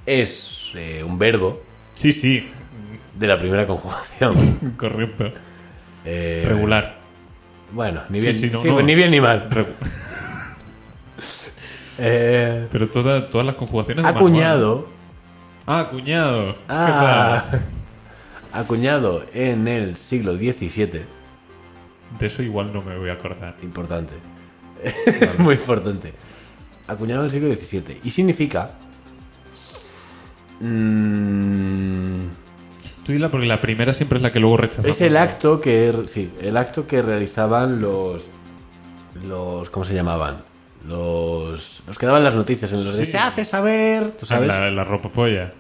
es eh, un verbo Sí, sí. de la primera conjugación. Correcto. Eh, Regular. Bueno, ni Sí, bien, sí, no, sí, no. pues ni, bien ni mal. Regu- Eh, Pero toda- todas las conjugaciones. de manual. acuñado. Ah, acuñado. ¿Qué Ah, acuñado en el siglo XVII. tal? De eso igual no me voy a acordar. Importante. Muy importante. Acuñado en el siglo XVII. Y significa. mm, Tú dila porque la primera siempre es la que luego rechazamos. es el acto que. er, Sí, el acto que realizaban los. los ¿Cómo se llamaban? Los. Los que daban las noticias en los de Sí. Se hace saber. ¿Tú En sabes? Ah, la, en la ropa polla.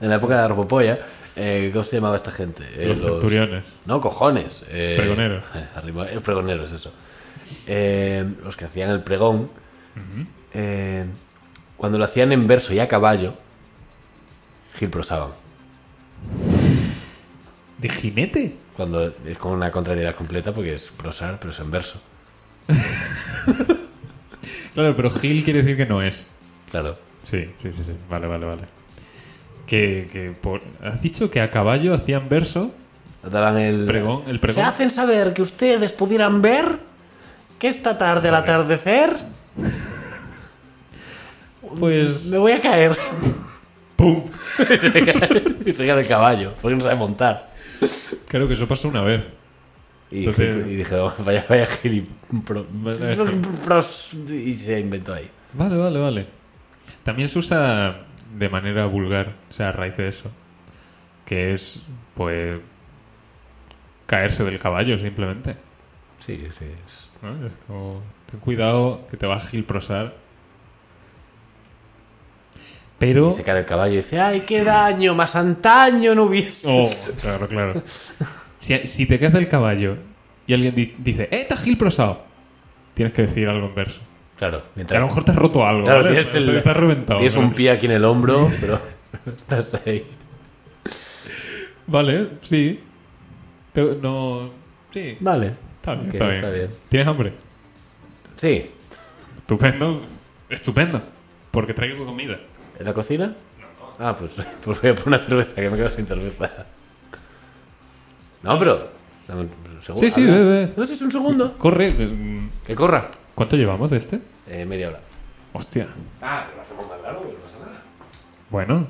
En la época de la ropopolla. eh, ¿Cómo se llamaba esta gente? Eh, los centuriones. No, cojones. eh, Pregoneros. arriba- el pregonero es eso. Eh, los que hacían el pregón. eh, cuando lo hacían en verso y a caballo, gilprosaban. ¿De jinete? Cuando es como una contrariedad completa porque es prosar, pero es en verso. Claro, pero Gil quiere decir que no es. Claro. Sí, sí, sí, sí. Vale, vale, vale. Que, que por... has dicho que a caballo hacían verso, Daban el. pregón, el Se pregón. hacen saber que ustedes pudieran ver que esta tarde al atardecer Pues. me voy a caer. ¡Pum! y se cae del caballo, porque no sabe montar. Claro que eso pasó una vez. Y, Entonces- y dije, "Oh, vaya, vaya gilipros. Y se inventó ahí. Vale, vale, vale. También se usa de manera vulgar, o sea, a raíz de eso. Que es, pues. caerse del caballo, simplemente. Sí, sí. es- ¿no? Es como. Ten cuidado que te va a gilprosar. Pero. Y se cae el caballo y dice, ¡ay, qué daño! Más antaño no hubiese. Mm. Oh, claro, claro. Si, si te quedas del caballo y alguien di- dice, ¡eh, te has gilprosado! Tienes que decir algo en verso. Claro, Que a mientras... lo mejor te has roto algo. Claro, ¿vale? tienes, Estás- el- estás reventado. tienes claro. un pie aquí en el hombro, pero estás ahí. Vale, sí. Te- no. Sí, Vale. está bien, Ok, está, bien. está bien. ¿Tienes hambre? Sí. Estupendo. Estupendo. Porque traigo comida. ¿En la cocina? Ah, pues, pues voy a por una cerveza, que me quedo sin cerveza. No, pero... Dame un segundo. Sí, sí, Habla. ve, ve. No, sí, es un segundo. Corre. mm, Que corra. ¿Cuánto llevamos de este? Eh, media hora. Hostia. Ah, pero lo hacemos más largo, no pasa nada. Bueno.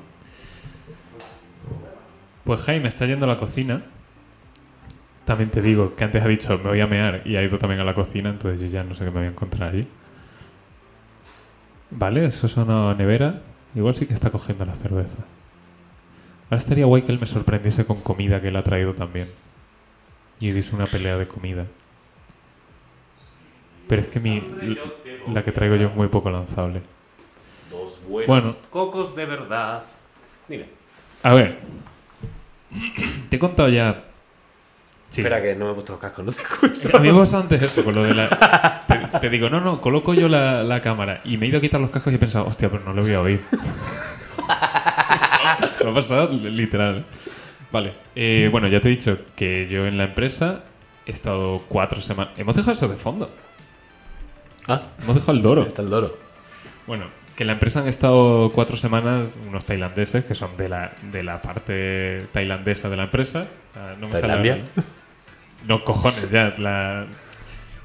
Pues Jaime está yendo a la cocina. También te digo que antes ha dicho me voy a mear y ha ido también a la cocina, entonces yo ya no sé qué me voy a encontrar allí. Vale, eso es una nevera. Igual sí que está cogiendo la cerveza. Ahora estaría guay que él me sorprendiese con comida que él ha traído también. Y dice una pelea de comida. Pero es que mi, la que traigo yo es muy poco lanzable. Dos buenos Bueno. cocos de verdad. Dime. A ver. Te he contado ya. Sí. Espera que no me he puesto los cascos, no te escucho. A mí me pasa antes eso con lo de la. Te, te digo, no, no, coloco yo la, la cámara. Y me he ido a quitar los cascos y he pensado, hostia, pero no le voy a oír. Lo ha pasado literal. Vale. eh, bueno, ya te he dicho que yo en la empresa he estado cuatro semanas. Hemos dejado eso de fondo. Ah, Hemos dejado el doro. está el loro. Bueno, que en la empresa han estado cuatro semanas unos tailandeses que son de la, de la parte tailandesa de la empresa. Ah, No me sale ¿Tailandia? ahora el- No, cojones, ya, la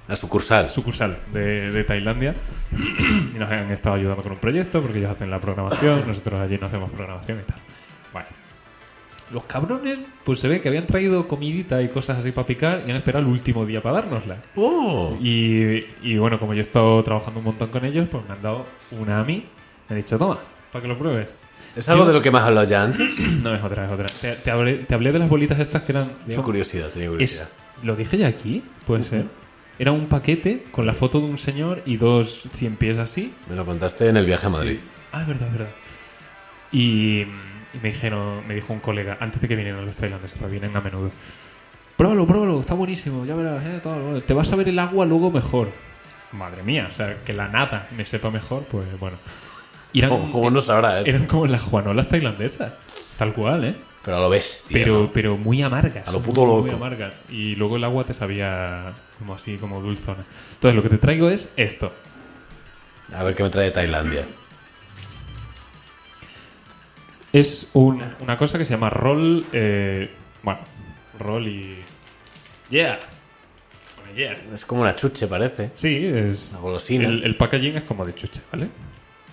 La sucursal. sucursal de, de Tailandia. Y nos han estado ayudando con un proyecto porque ellos hacen la programación, nosotros allí no hacemos programación y tal. Vale. Los cabrones, pues se ve que habían traído comidita y cosas así para picar y han esperado el último día para dárnosla. Oh. Y, y bueno, como yo he estado trabajando un montón con ellos, pues me han dado una a mí. Me han dicho, toma, para que lo pruebes. ¿Es algo de lo que más has hablado ya antes? No, es otra, es otra. Te, te hablé, te hablé de las bolitas estas que eran... Tengo curiosidad, tenía curiosidad. Es- ¿Lo dije ya aquí? Puede ser. Era un paquete con la foto de un señor y dos cien pies así. Me lo contaste en el viaje a Madrid. Ah, es verdad, es verdad. Y, y me dijeron, me dijo un colega, antes de que vinieran los tailandeses, porque vienen a menudo. Pruébalo, pruébalo, está buenísimo, ya verás, eh, tal, bueno, te vas a ver el agua luego mejor. Madre mía, o sea, que la nada me sepa mejor, pues bueno. Y eran, Como, como no sabrá, eh? eran como las juanolas tailandesas, tal cual, ¿eh? Pero a lo bestia. Pero, ¿no? pero muy amargas. A lo puto muy, muy loco. amargas. Y luego el agua te sabía como así, como dulzona. Entonces lo que te traigo es esto. A ver qué me trae de Tailandia. Es un- una cosa que se llama roll. eh, bueno, roll y. Yeah. Bueno, yeah. Es como una chuche, parece. Sí, es. Una golosina. El, el packaging es como de chuche, ¿vale?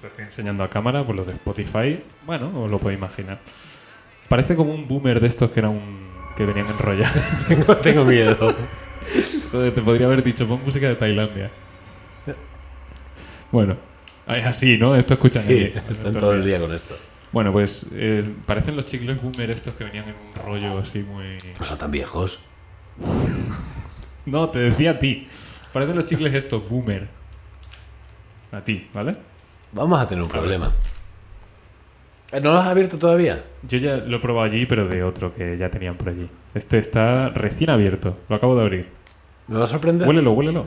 Lo estoy enseñando a cámara por los de Spotify. Bueno, os lo podéis imaginar. Parece como un boomer de estos que era un. que venían enrollados. Tengo miedo. Joder, te podría haber dicho, pon música de Tailandia. Bueno, es así, ¿no? Esto escuchan Sí, allí. están todo el día con esto. Bueno, pues eh, parecen los chicles boomer estos que venían en un rollo así muy... No son tan viejos. No, te decía a ti. Parecen los chicles estos boomer. A ti, ¿vale? Vamos a tener un problema. Eh, ¿No lo has abierto todavía? Yo ya lo he probado allí, pero de otro que ya tenían por allí. Este está recién abierto. Lo acabo de abrir. ¿Me va a sorprender? Huélelo, huélelo.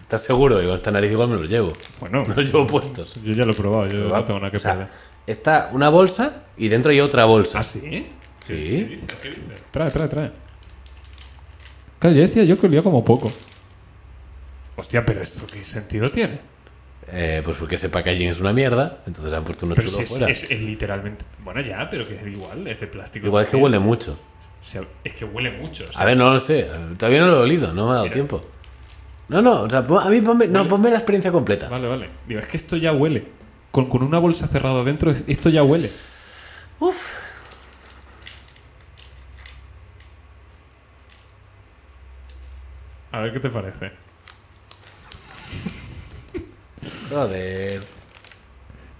¿Estás seguro? Digo, esta nariz igual me los llevo. Bueno, Me los llevo puestos. yo ya lo he probado. Yo Va- no tengo nada que o sea, perder. Está una bolsa y dentro hay otra bolsa. ¿Ah, sí? Sí. ¿Qué dices? ¿Qué dices? Trae, trae, trae. Claro, yo decía yo que olía como poco. Hostia, pero esto qué sentido tiene. Eh, pues porque ese packaging es una mierda, entonces han puesto unos Pero chulos si es, fuera. es- es literalmente. Bueno, ya, pero que es igual, es de plástico. Igual es que también. huele mucho. O sea, es que huele mucho. o sea, A ver, no lo sé. Todavía no lo he olido, no me ha dado Mira. tiempo. No, no, o sea, pon- a mí ponme, no, ponme la experiencia completa. Vale, vale. Digo, es que esto ya huele. Con, con una bolsa cerrada dentro, es- esto ya huele. Uf. A ver qué te parece. Joder.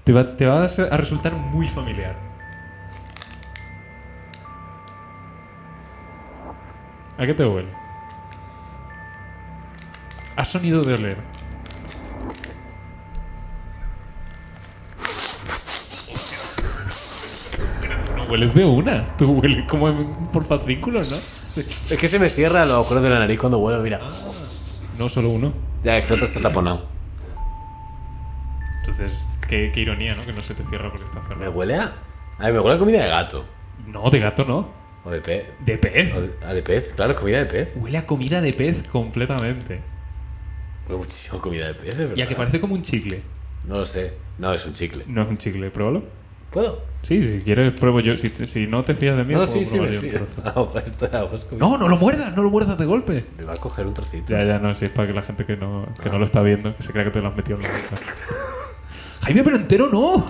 Te va, te va a, ser- a resultar muy familiar. ¿A qué te huele? A sonido de oler. hueles de una. Tú hueles como en- por fascículos, ¿no? Es que se me cierra los agujeros de la nariz cuando vuelo, mira. No solo uno. Ya, es que el otro está taponado. Entonces, qué, qué ironía, ¿no? Que no se te cierra porque está ¿Me cerrado. huele a...? Ay, me huele a comida de gato. No, de gato no. O de pez. De pez. O de, ah, de pez, claro, comida de pez. Huele a comida de pez completamente. Huele muchísimo a comida de pez, es verdad. Y a que parece como un chicle. No lo sé. No, es un chicle. No es un chicle, pruébalo. ¿Puedo? Sí, si quieres, pruebo yo. Si, si no te fías de mí, No, puedo sí, sí, probar me yo un fío. trozo. Ah, pues está, pues comida. No, no lo muerdas, no lo muerdas de golpe. Ah. Me va a coger un trocito. Ya, ya, no, si es para que la gente que no, que no lo está viendo, que se crea que te lo has metido en la boca. Jaime, pero entero no.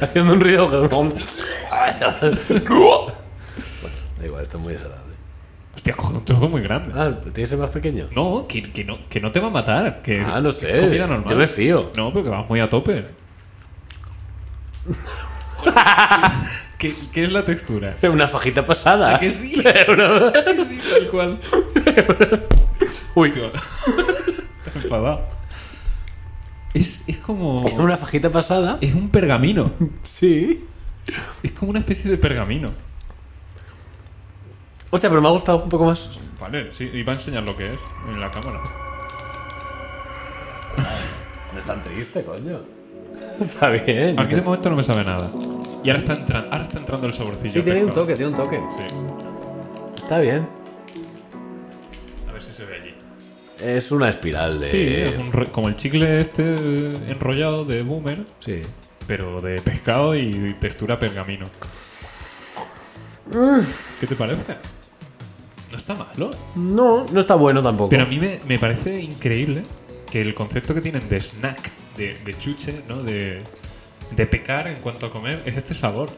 Haciendo un ruido. Da igual, esto es muy desagradable. Hostia, coge un trozo muy grande. Ah, ¿tiene que ser más pequeño? No, que, que no, que no te va a matar. Que, Ah, no que sé. Es Eh, comida normal. Yo me fío. No, pero que vas muy a tope. ¿Qué, qué es la textura? Es una fajita pasada. ¿A que sí? sí, tal cual. Uy, tío. Está enfadado. Es, es como. Es una fajita pasada. Es un pergamino. Sí. Es como una especie de pergamino. Hostia, pero me ha gustado un poco más. Vale, sí, iba a enseñar lo que es en la cámara. No es tan triste, coño. Está bien. A mí de este momento no me sabe nada. Y ahora está, entrando ahora está entrando el saborcillo. Sí, tiene un afectado. toque, tiene un toque. Sí. Está bien. A ver si se ve allí. Es una espiral de. Sí, es un ro- como el chicle este eh, enrollado de boomer, Sí. pero de pescado y textura pergamino. Mm. ¿Qué te parece? No está malo. No, no está bueno tampoco. Pero a mí me, me parece increíble que el concepto que tienen de snack, de, de chuche, ¿no? De, de pecar en cuanto a comer, es este sabor.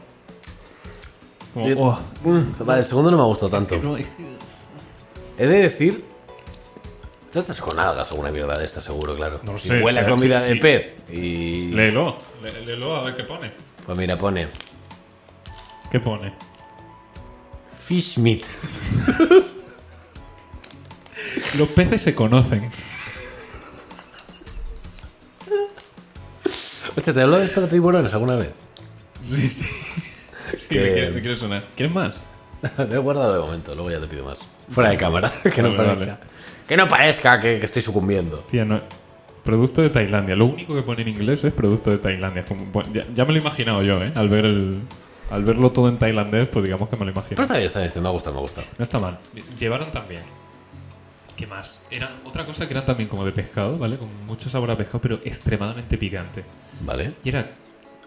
Como, Yo- "Oh, Mm, vale, el segundo no me ha gustado tanto. que no, es que- He de decir. Tú estás con algas o una mierda de esta, seguro, claro. No lo Si sé, Huele a o sea, comida sí, de sí. pez. Y. Léelo, lé- léelo a ver qué pone. Pues mira, pone. ¿Qué pone? Fish meat. Los peces se conocen. Hostia, ¿te hablo de estos tiburones alguna vez? Sí, sí. Sí, Que- me quiere, me quiere sonar. ¿Quieres más? Te he guardado de momento, luego ya te pido más. Fuera de cámara, que no Vale, parezca. vale. Que no parezca que, que estoy sucumbiendo. Tía, no. Producto de Tailandia. Lo único que pone en inglés es producto de Tailandia. Como- bueno, ya, ya me lo he imaginado yo, ¿eh? Al, ver el, al verlo todo en tailandés, pues digamos que me lo Pero imagino. está bien, está bien, está bien, este, me ha gustado, me ha gustado. No está mal. Llevaron también. ¿Qué más? Era otra cosa que era también como de pescado, ¿vale? Con mucho sabor a pescado, pero extremadamente picante. Vale. Y era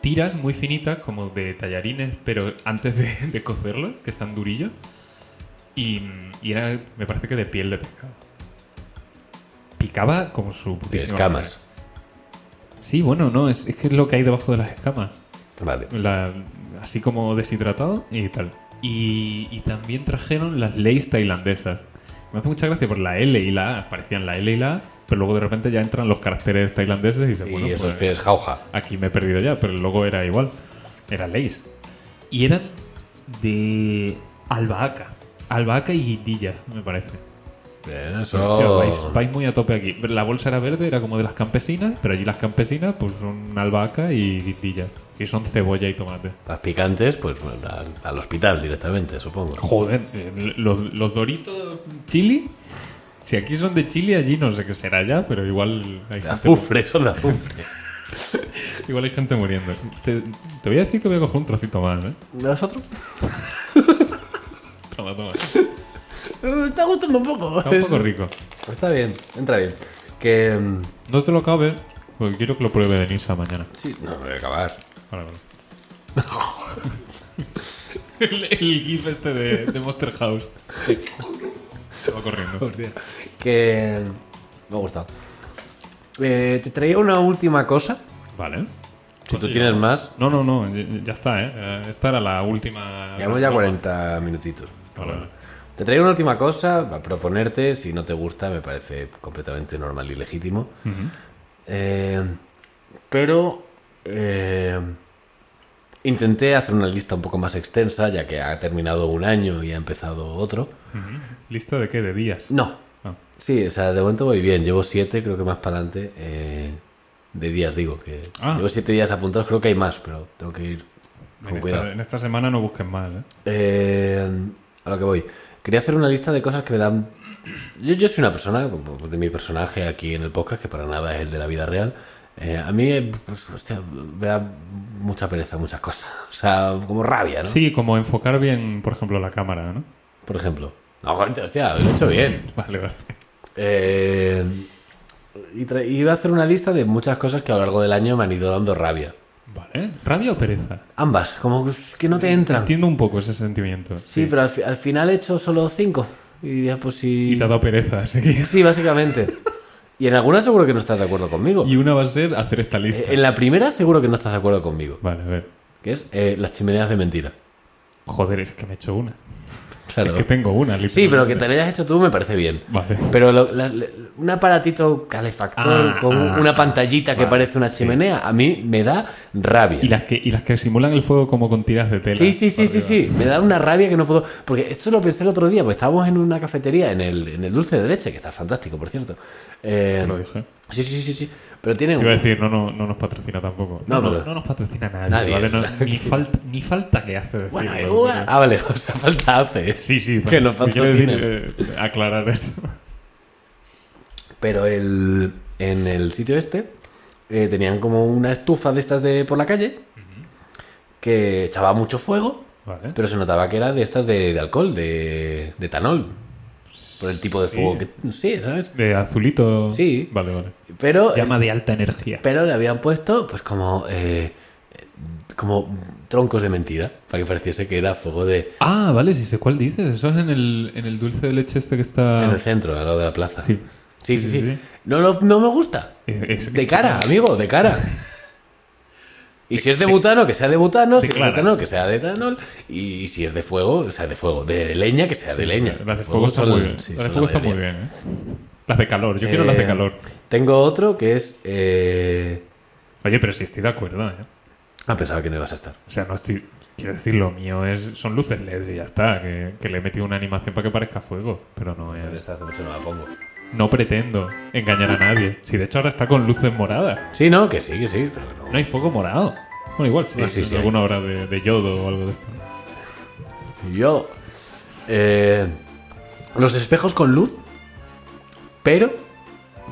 tiras muy finitas, como de tallarines, pero antes de, de cocerlos, que están durillos. Y, y era, me parece que de piel de pescado. Picaba como su De putísima escamas. madre. Sí, bueno, no, es, es que es lo que hay debajo de las escamas. Vale. La- así como deshidratado y tal. Y, y también trajeron las leyes tailandesas. Me hace mucha gracia por la L y la A. Parecían la L y la A, pero luego de repente ya entran los caracteres tailandeses y dices, Y bueno, esos pues- pies jauja. Aquí me he perdido ya, pero el logo era igual. Era Leis. Y eran de albahaca. Albahaca y guindilla, me parece. Bien, Hostia, eso. vais, vais muy a tope aquí. Pero La bolsa era verde, era como de las campesinas, pero allí las campesinas pues son albahaca y guindilla. Y son cebolla y tomate. Las picantes, pues bueno, al, al hospital directamente, supongo. Joder, eh, los, los doritos chili. Si aquí son de chili, allí no sé qué será ya, pero igual hay De gente, azufre, son de azufre. igual hay gente muriendo. Te, te voy a decir que voy a coger un trocito más, ¿eh? ¿Nosotros? Toma, toma. Me está gustando un poco. Está un poco rico. Está bien, entra bien. Que. mm, No te lo acabes, porque quiero que lo pruebe Denisa mañana. Sí, no, me voy a acabar. Ahora, ahora. el, el gif este de, de Monster House. Se va corriendo. Que. Me ha gustado. Eh, te traía una última cosa. Vale. Si tú tienes más. No, no, no, ya, ya está, ¿eh? ¿eh? Esta era la última. Llevamos ya 40 minutitos. Vale, vale. Te traigo una última cosa a proponerte. Si no te gusta, me parece completamente normal y legítimo. Eh, pero eh, intenté hacer una lista un poco más extensa, ya que ha terminado un año y ha empezado otro. Ujú. ¿Lista de qué? ¿De días? No, Ah, sí, o sea, de momento voy bien. Llevo siete, creo que más para adelante. eh, De días, digo. que Ah. Llevo siete días apuntados, creo que hay más, pero tengo que ir En con cuidado. esta, en esta semana no busques más, ¿eh? Eh, a lo que voy. Quería hacer una lista de cosas que me dan. Yo, yo soy una persona, como de mi personaje aquí en el podcast, que para nada es el de la vida real. eh, a mí, eh, pues, hostia, me da mucha pereza, muchas cosas. O sea, como rabia, ¿no? Sí, como enfocar bien, por ejemplo, la cámara, ¿no? Por ejemplo. No, coño, hostia, lo he hecho bien. Vale, vale. Eh, y tra- iba a hacer una lista de muchas cosas que a lo largo del año me han ido dando rabia. Vale. ¿Rabia o pereza? Ambas, como que no te entran. Entiendo un poco ese sentimiento. Sí, pero al, fi- al final he hecho solo cinco. Y ya, pues sí. Y te ha dado pereza, así que- Sí, básicamente. Y en alguna seguro que no estás de acuerdo conmigo. Y una va a ser hacer esta Eh, lista. En la primera seguro que no estás de acuerdo conmigo. Vale, a ver. Que es eh, las chimeneas de mentira. Joder, es que me he hecho una. Claro. Es que tengo una, Sí, pero que literalmente. te la hayas hecho tú me parece bien. Vale. Pero lo- la- la- un aparatito calefactor Ah, con ah, una pantallita que vale, parece una chimenea, a mí me da rabia. Y las, que, y las que simulan el fuego como con tiras de tela. Sí, sí, sí, por sí, arriba. sí. Me da una rabia que no puedo. Porque esto lo pensé el otro día, pues estábamos en una cafetería, en el, en el dulce de leche, que está fantástico, por cierto. Eh, Te lo dije. Sí, sí, sí, sí. Pero tienen. Te iba a decir, no, no, no nos patrocina tampoco. No, No, no, pero- no nos patrocina nadie. Nadie. ¿vale? No- ni, falta, ni falta que hace decirlo. Bueno, igual- Ah, vale, o sea, falta hace. Sí, sí. Que nos quiero decir, patrocinen. eh, aclarar eso. Pero el, en el sitio este eh, tenían como una estufa de estas de por la calle que echaba mucho fuego, Vale. pero se notaba que era de estas de, de alcohol, de, de etanol. Por el tipo de fuego que. Sí, ¿sabes? De azulito. Sí. Vale, vale. Pero, eh, Llama de alta energía. pero le habían puesto, pues como. eh, como troncos de mentira, para que pareciese que era fuego de. Ah, vale, sí sé cuál dices. Eso es en el, en el dulce de leche este que está. En el centro, al lado de la plaza. Sí. Ah. sí, sí. Sí, sí, sí. sí. No, lo- no me gusta. Eh, Es- es- De cara, amigo, de cara. Y si es de butano, que sea de butano, si es de Declara. etanol, que sea de etanol, y si es de fuego, o sea de fuego, de leña, que sea de leña. Las de fuego están son- muy bien. sí, Las de son fuego la están muy mayoría. bien, ¿eh? Las de calor. Yo quiero las de Eh, calor. Tengo otro que es... eh, Oye, pero sí estoy de acuerdo, ¿eh? Ah, pensaba que no ibas a estar. O sea, no estoy. Quiero decir, lo mío es, son luces LED y ya está. Que, que le he metido una animación para que parezca fuego. Pero no es. Esta hace mucho no la pongo. No pretendo engañar a nadie. Si de hecho ahora está con luces moradas. Sí, no, que sí, que sí, pero que no. No hay fuego morado. Bueno, igual sí. No, Ah, sí, en sí hay. alguna hora de, de yodo o algo de esto. Yo... eh, Los espejos con luz, pero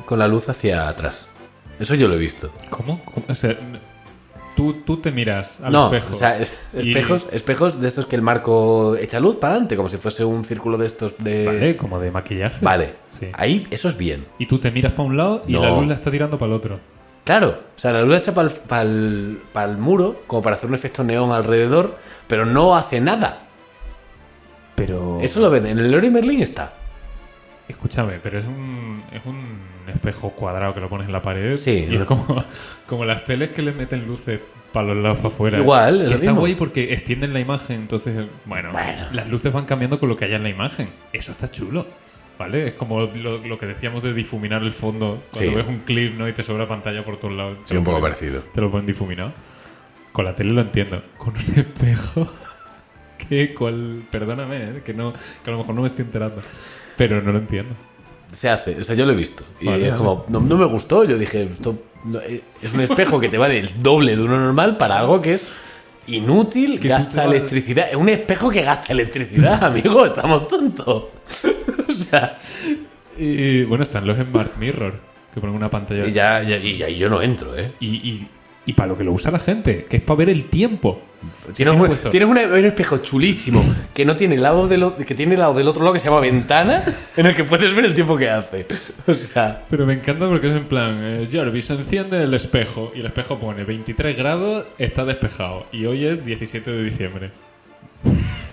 con la luz hacia atrás. Eso yo lo he visto. ¿Cómo? ¿Cómo? O sea, n- tú, tú te miras al no, espejo. o sea, es- y- espejos, espejos de estos que el marco echa luz para adelante, como si fuese un círculo de estos de... Vale, como de maquillaje. Vale. Sí. Ahí, eso es bien. Y tú te miras para un lado y la No. luz la está tirando para el otro. Claro, o sea, la luz la echa para el, muro, como para hacer un efecto neón alrededor, pero no hace nada. Pero. Eso lo ven, en el Lori Merlin está. Escúchame, pero es un, es un espejo cuadrado que lo pones en la pared. Sí. Y es como, como las teles que le meten luces para los lados para afuera. Igual, es Que lo está mismo. guay porque extienden la imagen, entonces, eh, bueno, Bueno. las luces van cambiando con lo que haya en la imagen. Eso está chulo. ¿Vale? Es como lo, lo que decíamos de difuminar el fondo. Cuando Sí. ves un clip, ¿no? Y te sobra pantalla por todos lados. Te lo ponen- parecido. Te lo ponen difuminado. Con la tele lo entiendo. Con un espejo. Que cual. Perdóname, ¿eh? que no. Que a lo mejor no me estoy enterando. Pero no lo entiendo. Se hace, o sea, yo lo he visto. Y Vale, es como, no, no me gustó, yo dije, esto no- eh, es un espejo que te vale el doble de uno normal para algo que es inútil, Que tú te gasta vas- electricidad. Es un espejo que gasta electricidad, amigo, estamos tontos. o sea, Y bueno, están los Smart Mirror, que ponen una pantalla. y Y, ya, ya- y ya- y yo no entro, ¿eh? y- y para lo que lo usa la gente, que es para ver el tiempo. Tienes, tiene un, puesto. tienes una- un espejo chulísimo que no tiene lado del, o- que tiene lado del otro lado que se llama ventana en el que puedes ver el tiempo que hace. O sea, Pero me encanta porque es en plan, eh, Jarvis enciende el espejo y el espejo pone 23 grados, está despejado y hoy es 17 de diciembre.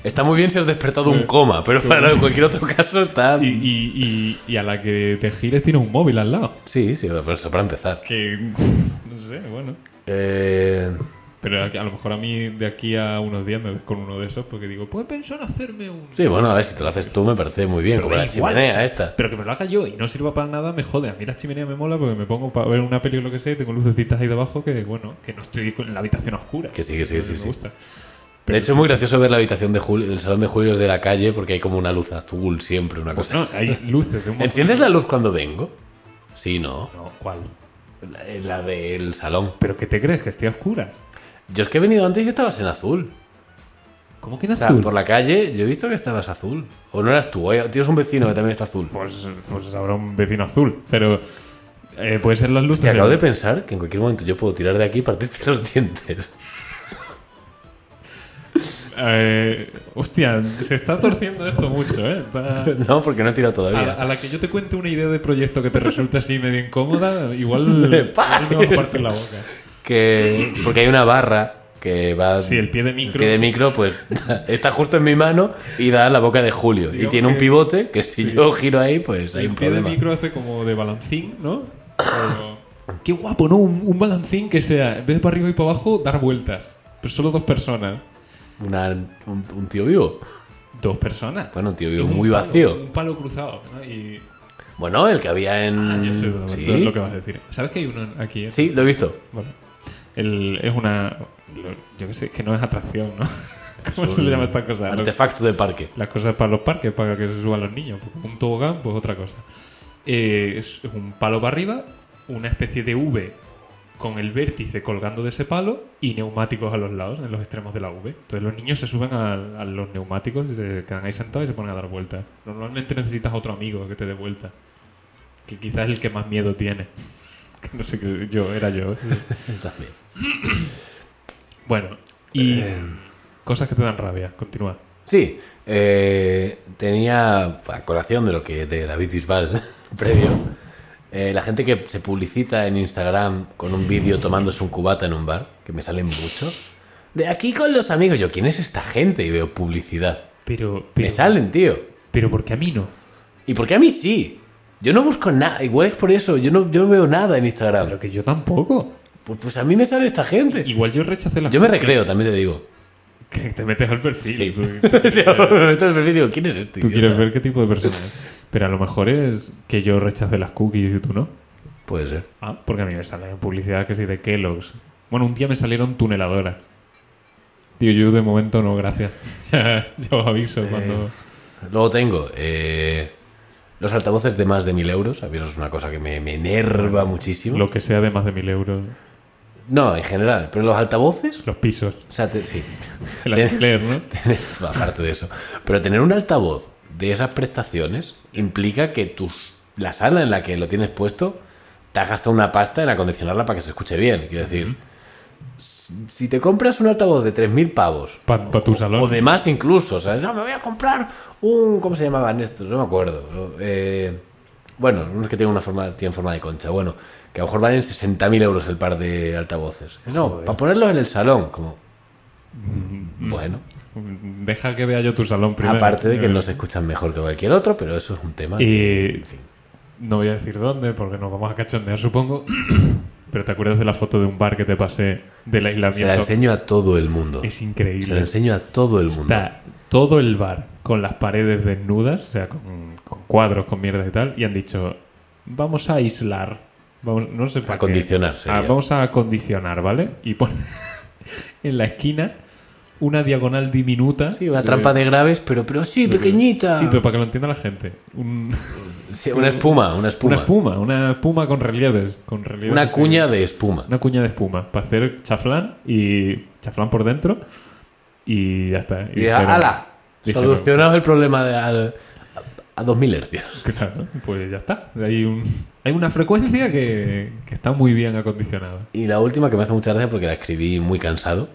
está muy bien si has despertado un coma, pero para cualquier otro caso está. Y, y- y- y a la que te gires tienes un móvil al lado. Sí, sí, pero eso para empezar. Que no sé, bueno. Eh, Pero a, a lo mejor a mí de aquí a unos días me ves con uno de esos porque digo, pues pensó en hacerme un... sí, bueno, a ver, si te lo haces tú me parece muy bien, Pero como da la igual, chimenea o sea, esta. Pero que me lo haga yo y no sirva para nada, me jode. A mí la chimenea me mola porque me pongo para ver una peli o lo que sea y tengo lucecitas ahí debajo que, bueno, que no estoy con- en la habitación oscura. Que sí, que sí, Entonces sí, me sí. gusta. De hecho, es muy gracioso ver la habitación de Julio, el salón de Julio de la calle porque hay como una luz azul siempre, una Pues cosa. no, hay luces de un montón. ¿Enciendes la luz cuando vengo? Sí, no. No, ¿cuál? la- la del salón. ¿Pero qué te crees? ¿Que estoy a oscuras? Yo es que he venido antes y estabas en azul. ¿Cómo que en O sea, azul? por la calle yo he visto que estabas azul. O no eras tú, ¿eh? tienes un vecino que también está azul. Pues, pues habrá un vecino azul, pero eh, puede ser las luces. Te acabo de del- pensar que en cualquier momento yo puedo tirar de aquí y partirte los dientes. Eh, hostia, se está torciendo esto mucho, ¿eh? Está- No, porque no he tirado A, la- todavía. a la que yo te cuente una idea de proyecto que te resulta así medio incómoda, igual, ¡Pah! igual me vas a partir la boca. Que, porque hay una barra que va... Sí, el pie de micro. Que de micro, pues, está justo en mi mano y da a la boca de Julio. y Digamos tiene un que- pivote que si yo giro ahí, pues hay El un pie de problema. micro hace como de balancín, ¿no? Pero- Qué guapo, ¿no? Un, un balancín que sea, en vez de para arriba y para abajo, dar vueltas. Pero solo dos personas. Una- un, un tío vivo. Dos personas. Bueno, un tío Y vivo un muy palo, vacío. Un palo cruzado, ¿no? Y... Bueno, el que había en... Ah, ya sé lo- ¿Sí? lo que vas a decir. ¿Sabes que hay uno aquí? eh? sí, lo he visto. Vale. El- es una... lo- yo qué sé, que no es atracción, ¿no? ¿Cómo Es se le un llama esta cosa? Lo- Artefacto del parque. las cosas para los parques, para que se suban los niños. Pues Un tobogán, pues otra cosa. Eh, es un palo para arriba, una especie de V con el vértice colgando de ese palo y neumáticos a los lados, en los extremos de la V. Entonces los niños se suben a, a los neumáticos y se quedan ahí sentados y se ponen a dar vueltas. Normalmente necesitas otro amigo que te dé vueltas. Que quizás es el que más miedo tiene. Que no sé qué yo, era yo. ¿eh? También. Bueno, y Eh. cosas que te dan rabia. Continúa. Sí, eh, tenía a colación de lo que de David Bisbal previo. eh, la gente que se publicita en Instagram con un vídeo tomándose un cubata en un bar, que me salen mucho. De aquí con los amigos, yo, ¿quién es esta gente? Y veo publicidad. Pero, Me pero, salen, tío. pero porque a mí no. ¿Y por qué a mí sí? Yo no busco nada, igual es por eso, yo no, yo no veo nada en Instagram. Pero que yo tampoco. Pues, pues a mí me sale esta gente. Igual yo rechacé las Yo me recreo, también te digo. Que te metes al perfil. Sí. Tú, Yo me meto en el perfil y digo, ¿quién es este? pues, tú idiota? quieres ver qué tipo de persona es. Pero a lo mejor es que yo rechace las cookies y tú no. Puede ser. Ah, porque a mí me sale publicidad que sí de Kellogg's. Bueno, un día me salieron tuneladoras. Tío, yo de momento no, gracias. ya, ya os aviso Eh, cuando... Luego tengo eh, los altavoces de más de mil euros. A mí eso es una cosa que me, me enerva muchísimo. Lo que sea de más de mil euros. No, en general, pero los altavoces. Los pisos. O sea, te- sí. El Te- alquiler, ¿no? Aparte de eso. Pero tener un altavoz de esas prestaciones implica que tus, la sala en la que lo tienes puesto te has gastado una pasta en acondicionarla para que se escuche bien. Quiero decir, si- si te compras un altavoz de 3.000 pavos Para tu salón. O de más incluso. O sea, no, me voy a comprar un... ¿Cómo se llamaban estos? No me acuerdo. ¿no? Eh, bueno, unos que tienen una forma, tienen forma de concha. Bueno, que a lo mejor valen 60.000 euros el par de altavoces. No, para ponerlos en el salón. Como, bueno. Deja que vea yo tu salón Mm-hmm. primero. Aparte de que Eh, no se escuchan mejor que cualquier otro, pero eso es un tema. Y no voy a decir dónde porque nos vamos a cachondear, supongo. Pero te acuerdas de la foto de un bar que te pasé del se la aislamiento. enseño a todo el mundo. es Se la increíble. enseño a todo el mundo. Está todo el bar con las paredes desnudas, o sea, con, con cuadros, con mierdas y tal, y han dicho, vamos a aislar. Vamos, no sé para qué. Acondicionar, sería. Ah, vamos a acondicionar, ¿vale? Y ponen en la esquina una diagonal diminuta. Eh, Sí, una trampa de graves, pero, pero sí, pequeñita. Sí, pero para que lo entienda la gente. Un- Sí, una espuma, una espuma. Una espuma, una espuma con relieves. Con relieves Una así. cuña de espuma. Una cuña de espuma para hacer chaflán y chaflán por dentro y ya está. Y dijeron- ala, dijeron, solucionados el problema de al- a, a 2000 hercios. Claro, pues ya está. Hay, un, hay una frecuencia que, que está muy bien acondicionada. Y la última que me hace mucha gracia porque la escribí muy cansado.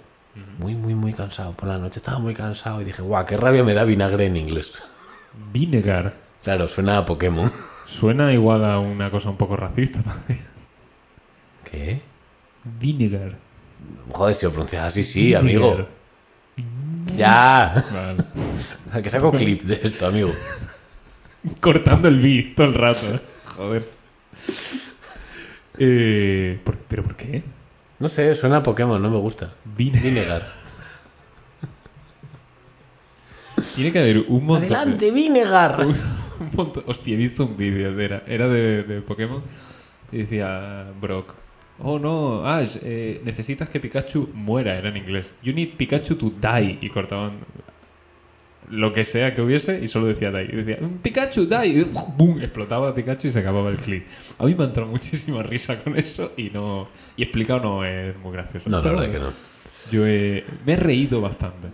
Muy, muy, muy cansado. Por la noche estaba muy cansado y dije, guau, qué rabia me da vinagre en inglés. Vinegar. Claro, suena a Pokémon. Suena igual a una cosa un poco racista también. ¿Qué? Vinegar. Joder, si lo pronuncias así, sí, Vinegar. amigo. Ya. Vale. Que saco clip de esto, amigo. cortando el beat todo el rato. Joder. Eh, ¿por- ¿Pero por qué? No sé, suena a Pokémon, no me gusta. Vine- Vinegar. Tiene que haber un montón. de- Vinegar! un- un montón- Hostia, he visto un vídeo. de- Era, era de, de Pokémon. Y decía Brock. Oh no, Ash, eh, necesitas que Pikachu muera. Era en inglés. You need Pikachu to die. Y cortaban lo que sea que hubiese y solo decía Dai. Y decía, "Mm, Pikachu, Dai. Y ¡bum! explotaba Pikachu y se acababa el clip. A mí me ha entrado muchísima risa con eso y no. Y explicado no es muy gracioso. No, la Pero verdad que no. Yo he- me he reído bastante.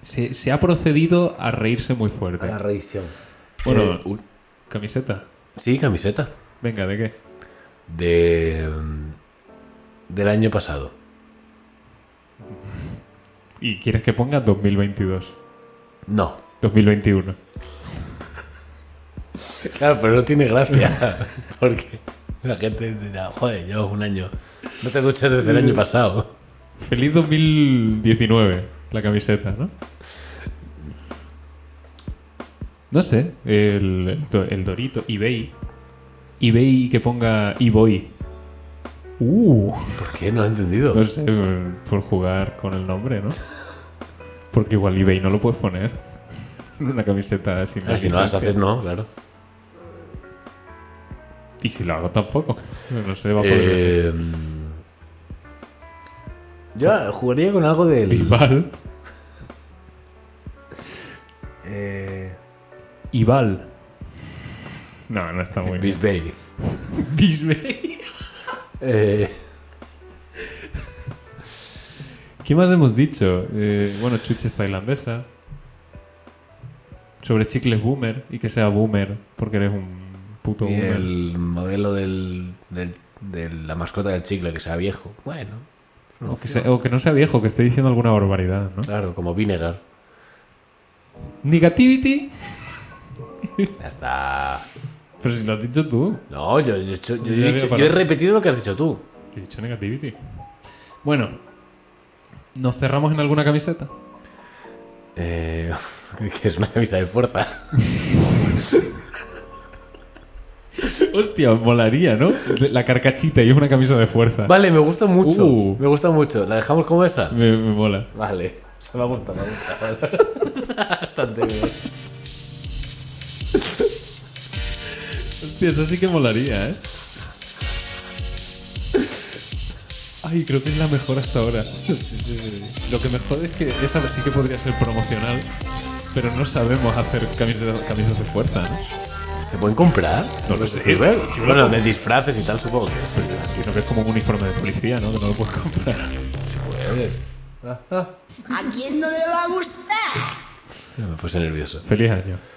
Se, se ha procedido a reírse muy fuerte. la revisión. Bueno, Eh, un- camiseta. Sí, camiseta. Venga, ¿de qué? De. mm, Del año pasado. ¿Y quieres que ponga 2022? No. 2021. Claro, pero no tiene gracia. Porque la gente dirá, joder, yo un año. No te duchas desde el año pasado. Feliz 2019, la camiseta, ¿no? No sé, el, el do- el Dorito, eBay. eBay que ponga eBoy. Uh, ¿Por qué? No lo he entendido. no sé, por, por jugar con el nombre, ¿no? Porque igual eBay no lo puedes poner en una camiseta sin la Ah, si no vas a licencia. hacer, no, claro. Y si lo hago tampoco. No sé, va a poner. Eh, yo jugaría con algo del. Ibal. Eh, Ibal. No, no está muy bien. Bisbee. Bisbee. Eh, ¿Qué más hemos dicho? Eh, bueno, chuches tailandesa. Sobre chicles boomer y que sea boomer porque eres un puto y boomer. el modelo del, del- de la mascota del chicle que sea viejo. Bueno, O, que sea- o que no sea viejo, que esté diciendo alguna barbaridad, ¿no? claro, como vinegar. Negativity. Ya está. Pero si lo has dicho tú. No, yo, yo- yo- yo Ya he, había dicho- yo he parado. repetido lo que has dicho tú. Yo He dicho negativity. Bueno, ¿nos cerramos en alguna camiseta? Eh, que es una camisa de fuerza. Hostia, molaría, ¿no? La carcachita y es una camisa de fuerza. Vale, me gusta mucho. Uh. Me gusta mucho. ¿La dejamos como esa? Me, me mola. Vale. O sea, me gusta, me gusta. Bastante bien. Hostia, eso sí que molaría, ¿eh? Ay, creo que es la mejor hasta ahora. Lo que me jode es que esa sí que podría ser promocional, pero no sabemos hacer camisetas, camisas de fuerza, ¿no? ¿Se pueden comprar? No lo sé. Pues Sí, bueno, bueno, de disfraces y tal, supongo que Pues entiendo que es como un uniforme de policía, ¿no? Que no lo puedes comprar. ¿A quién no le va a gustar? Me puse nervioso. Feliz año.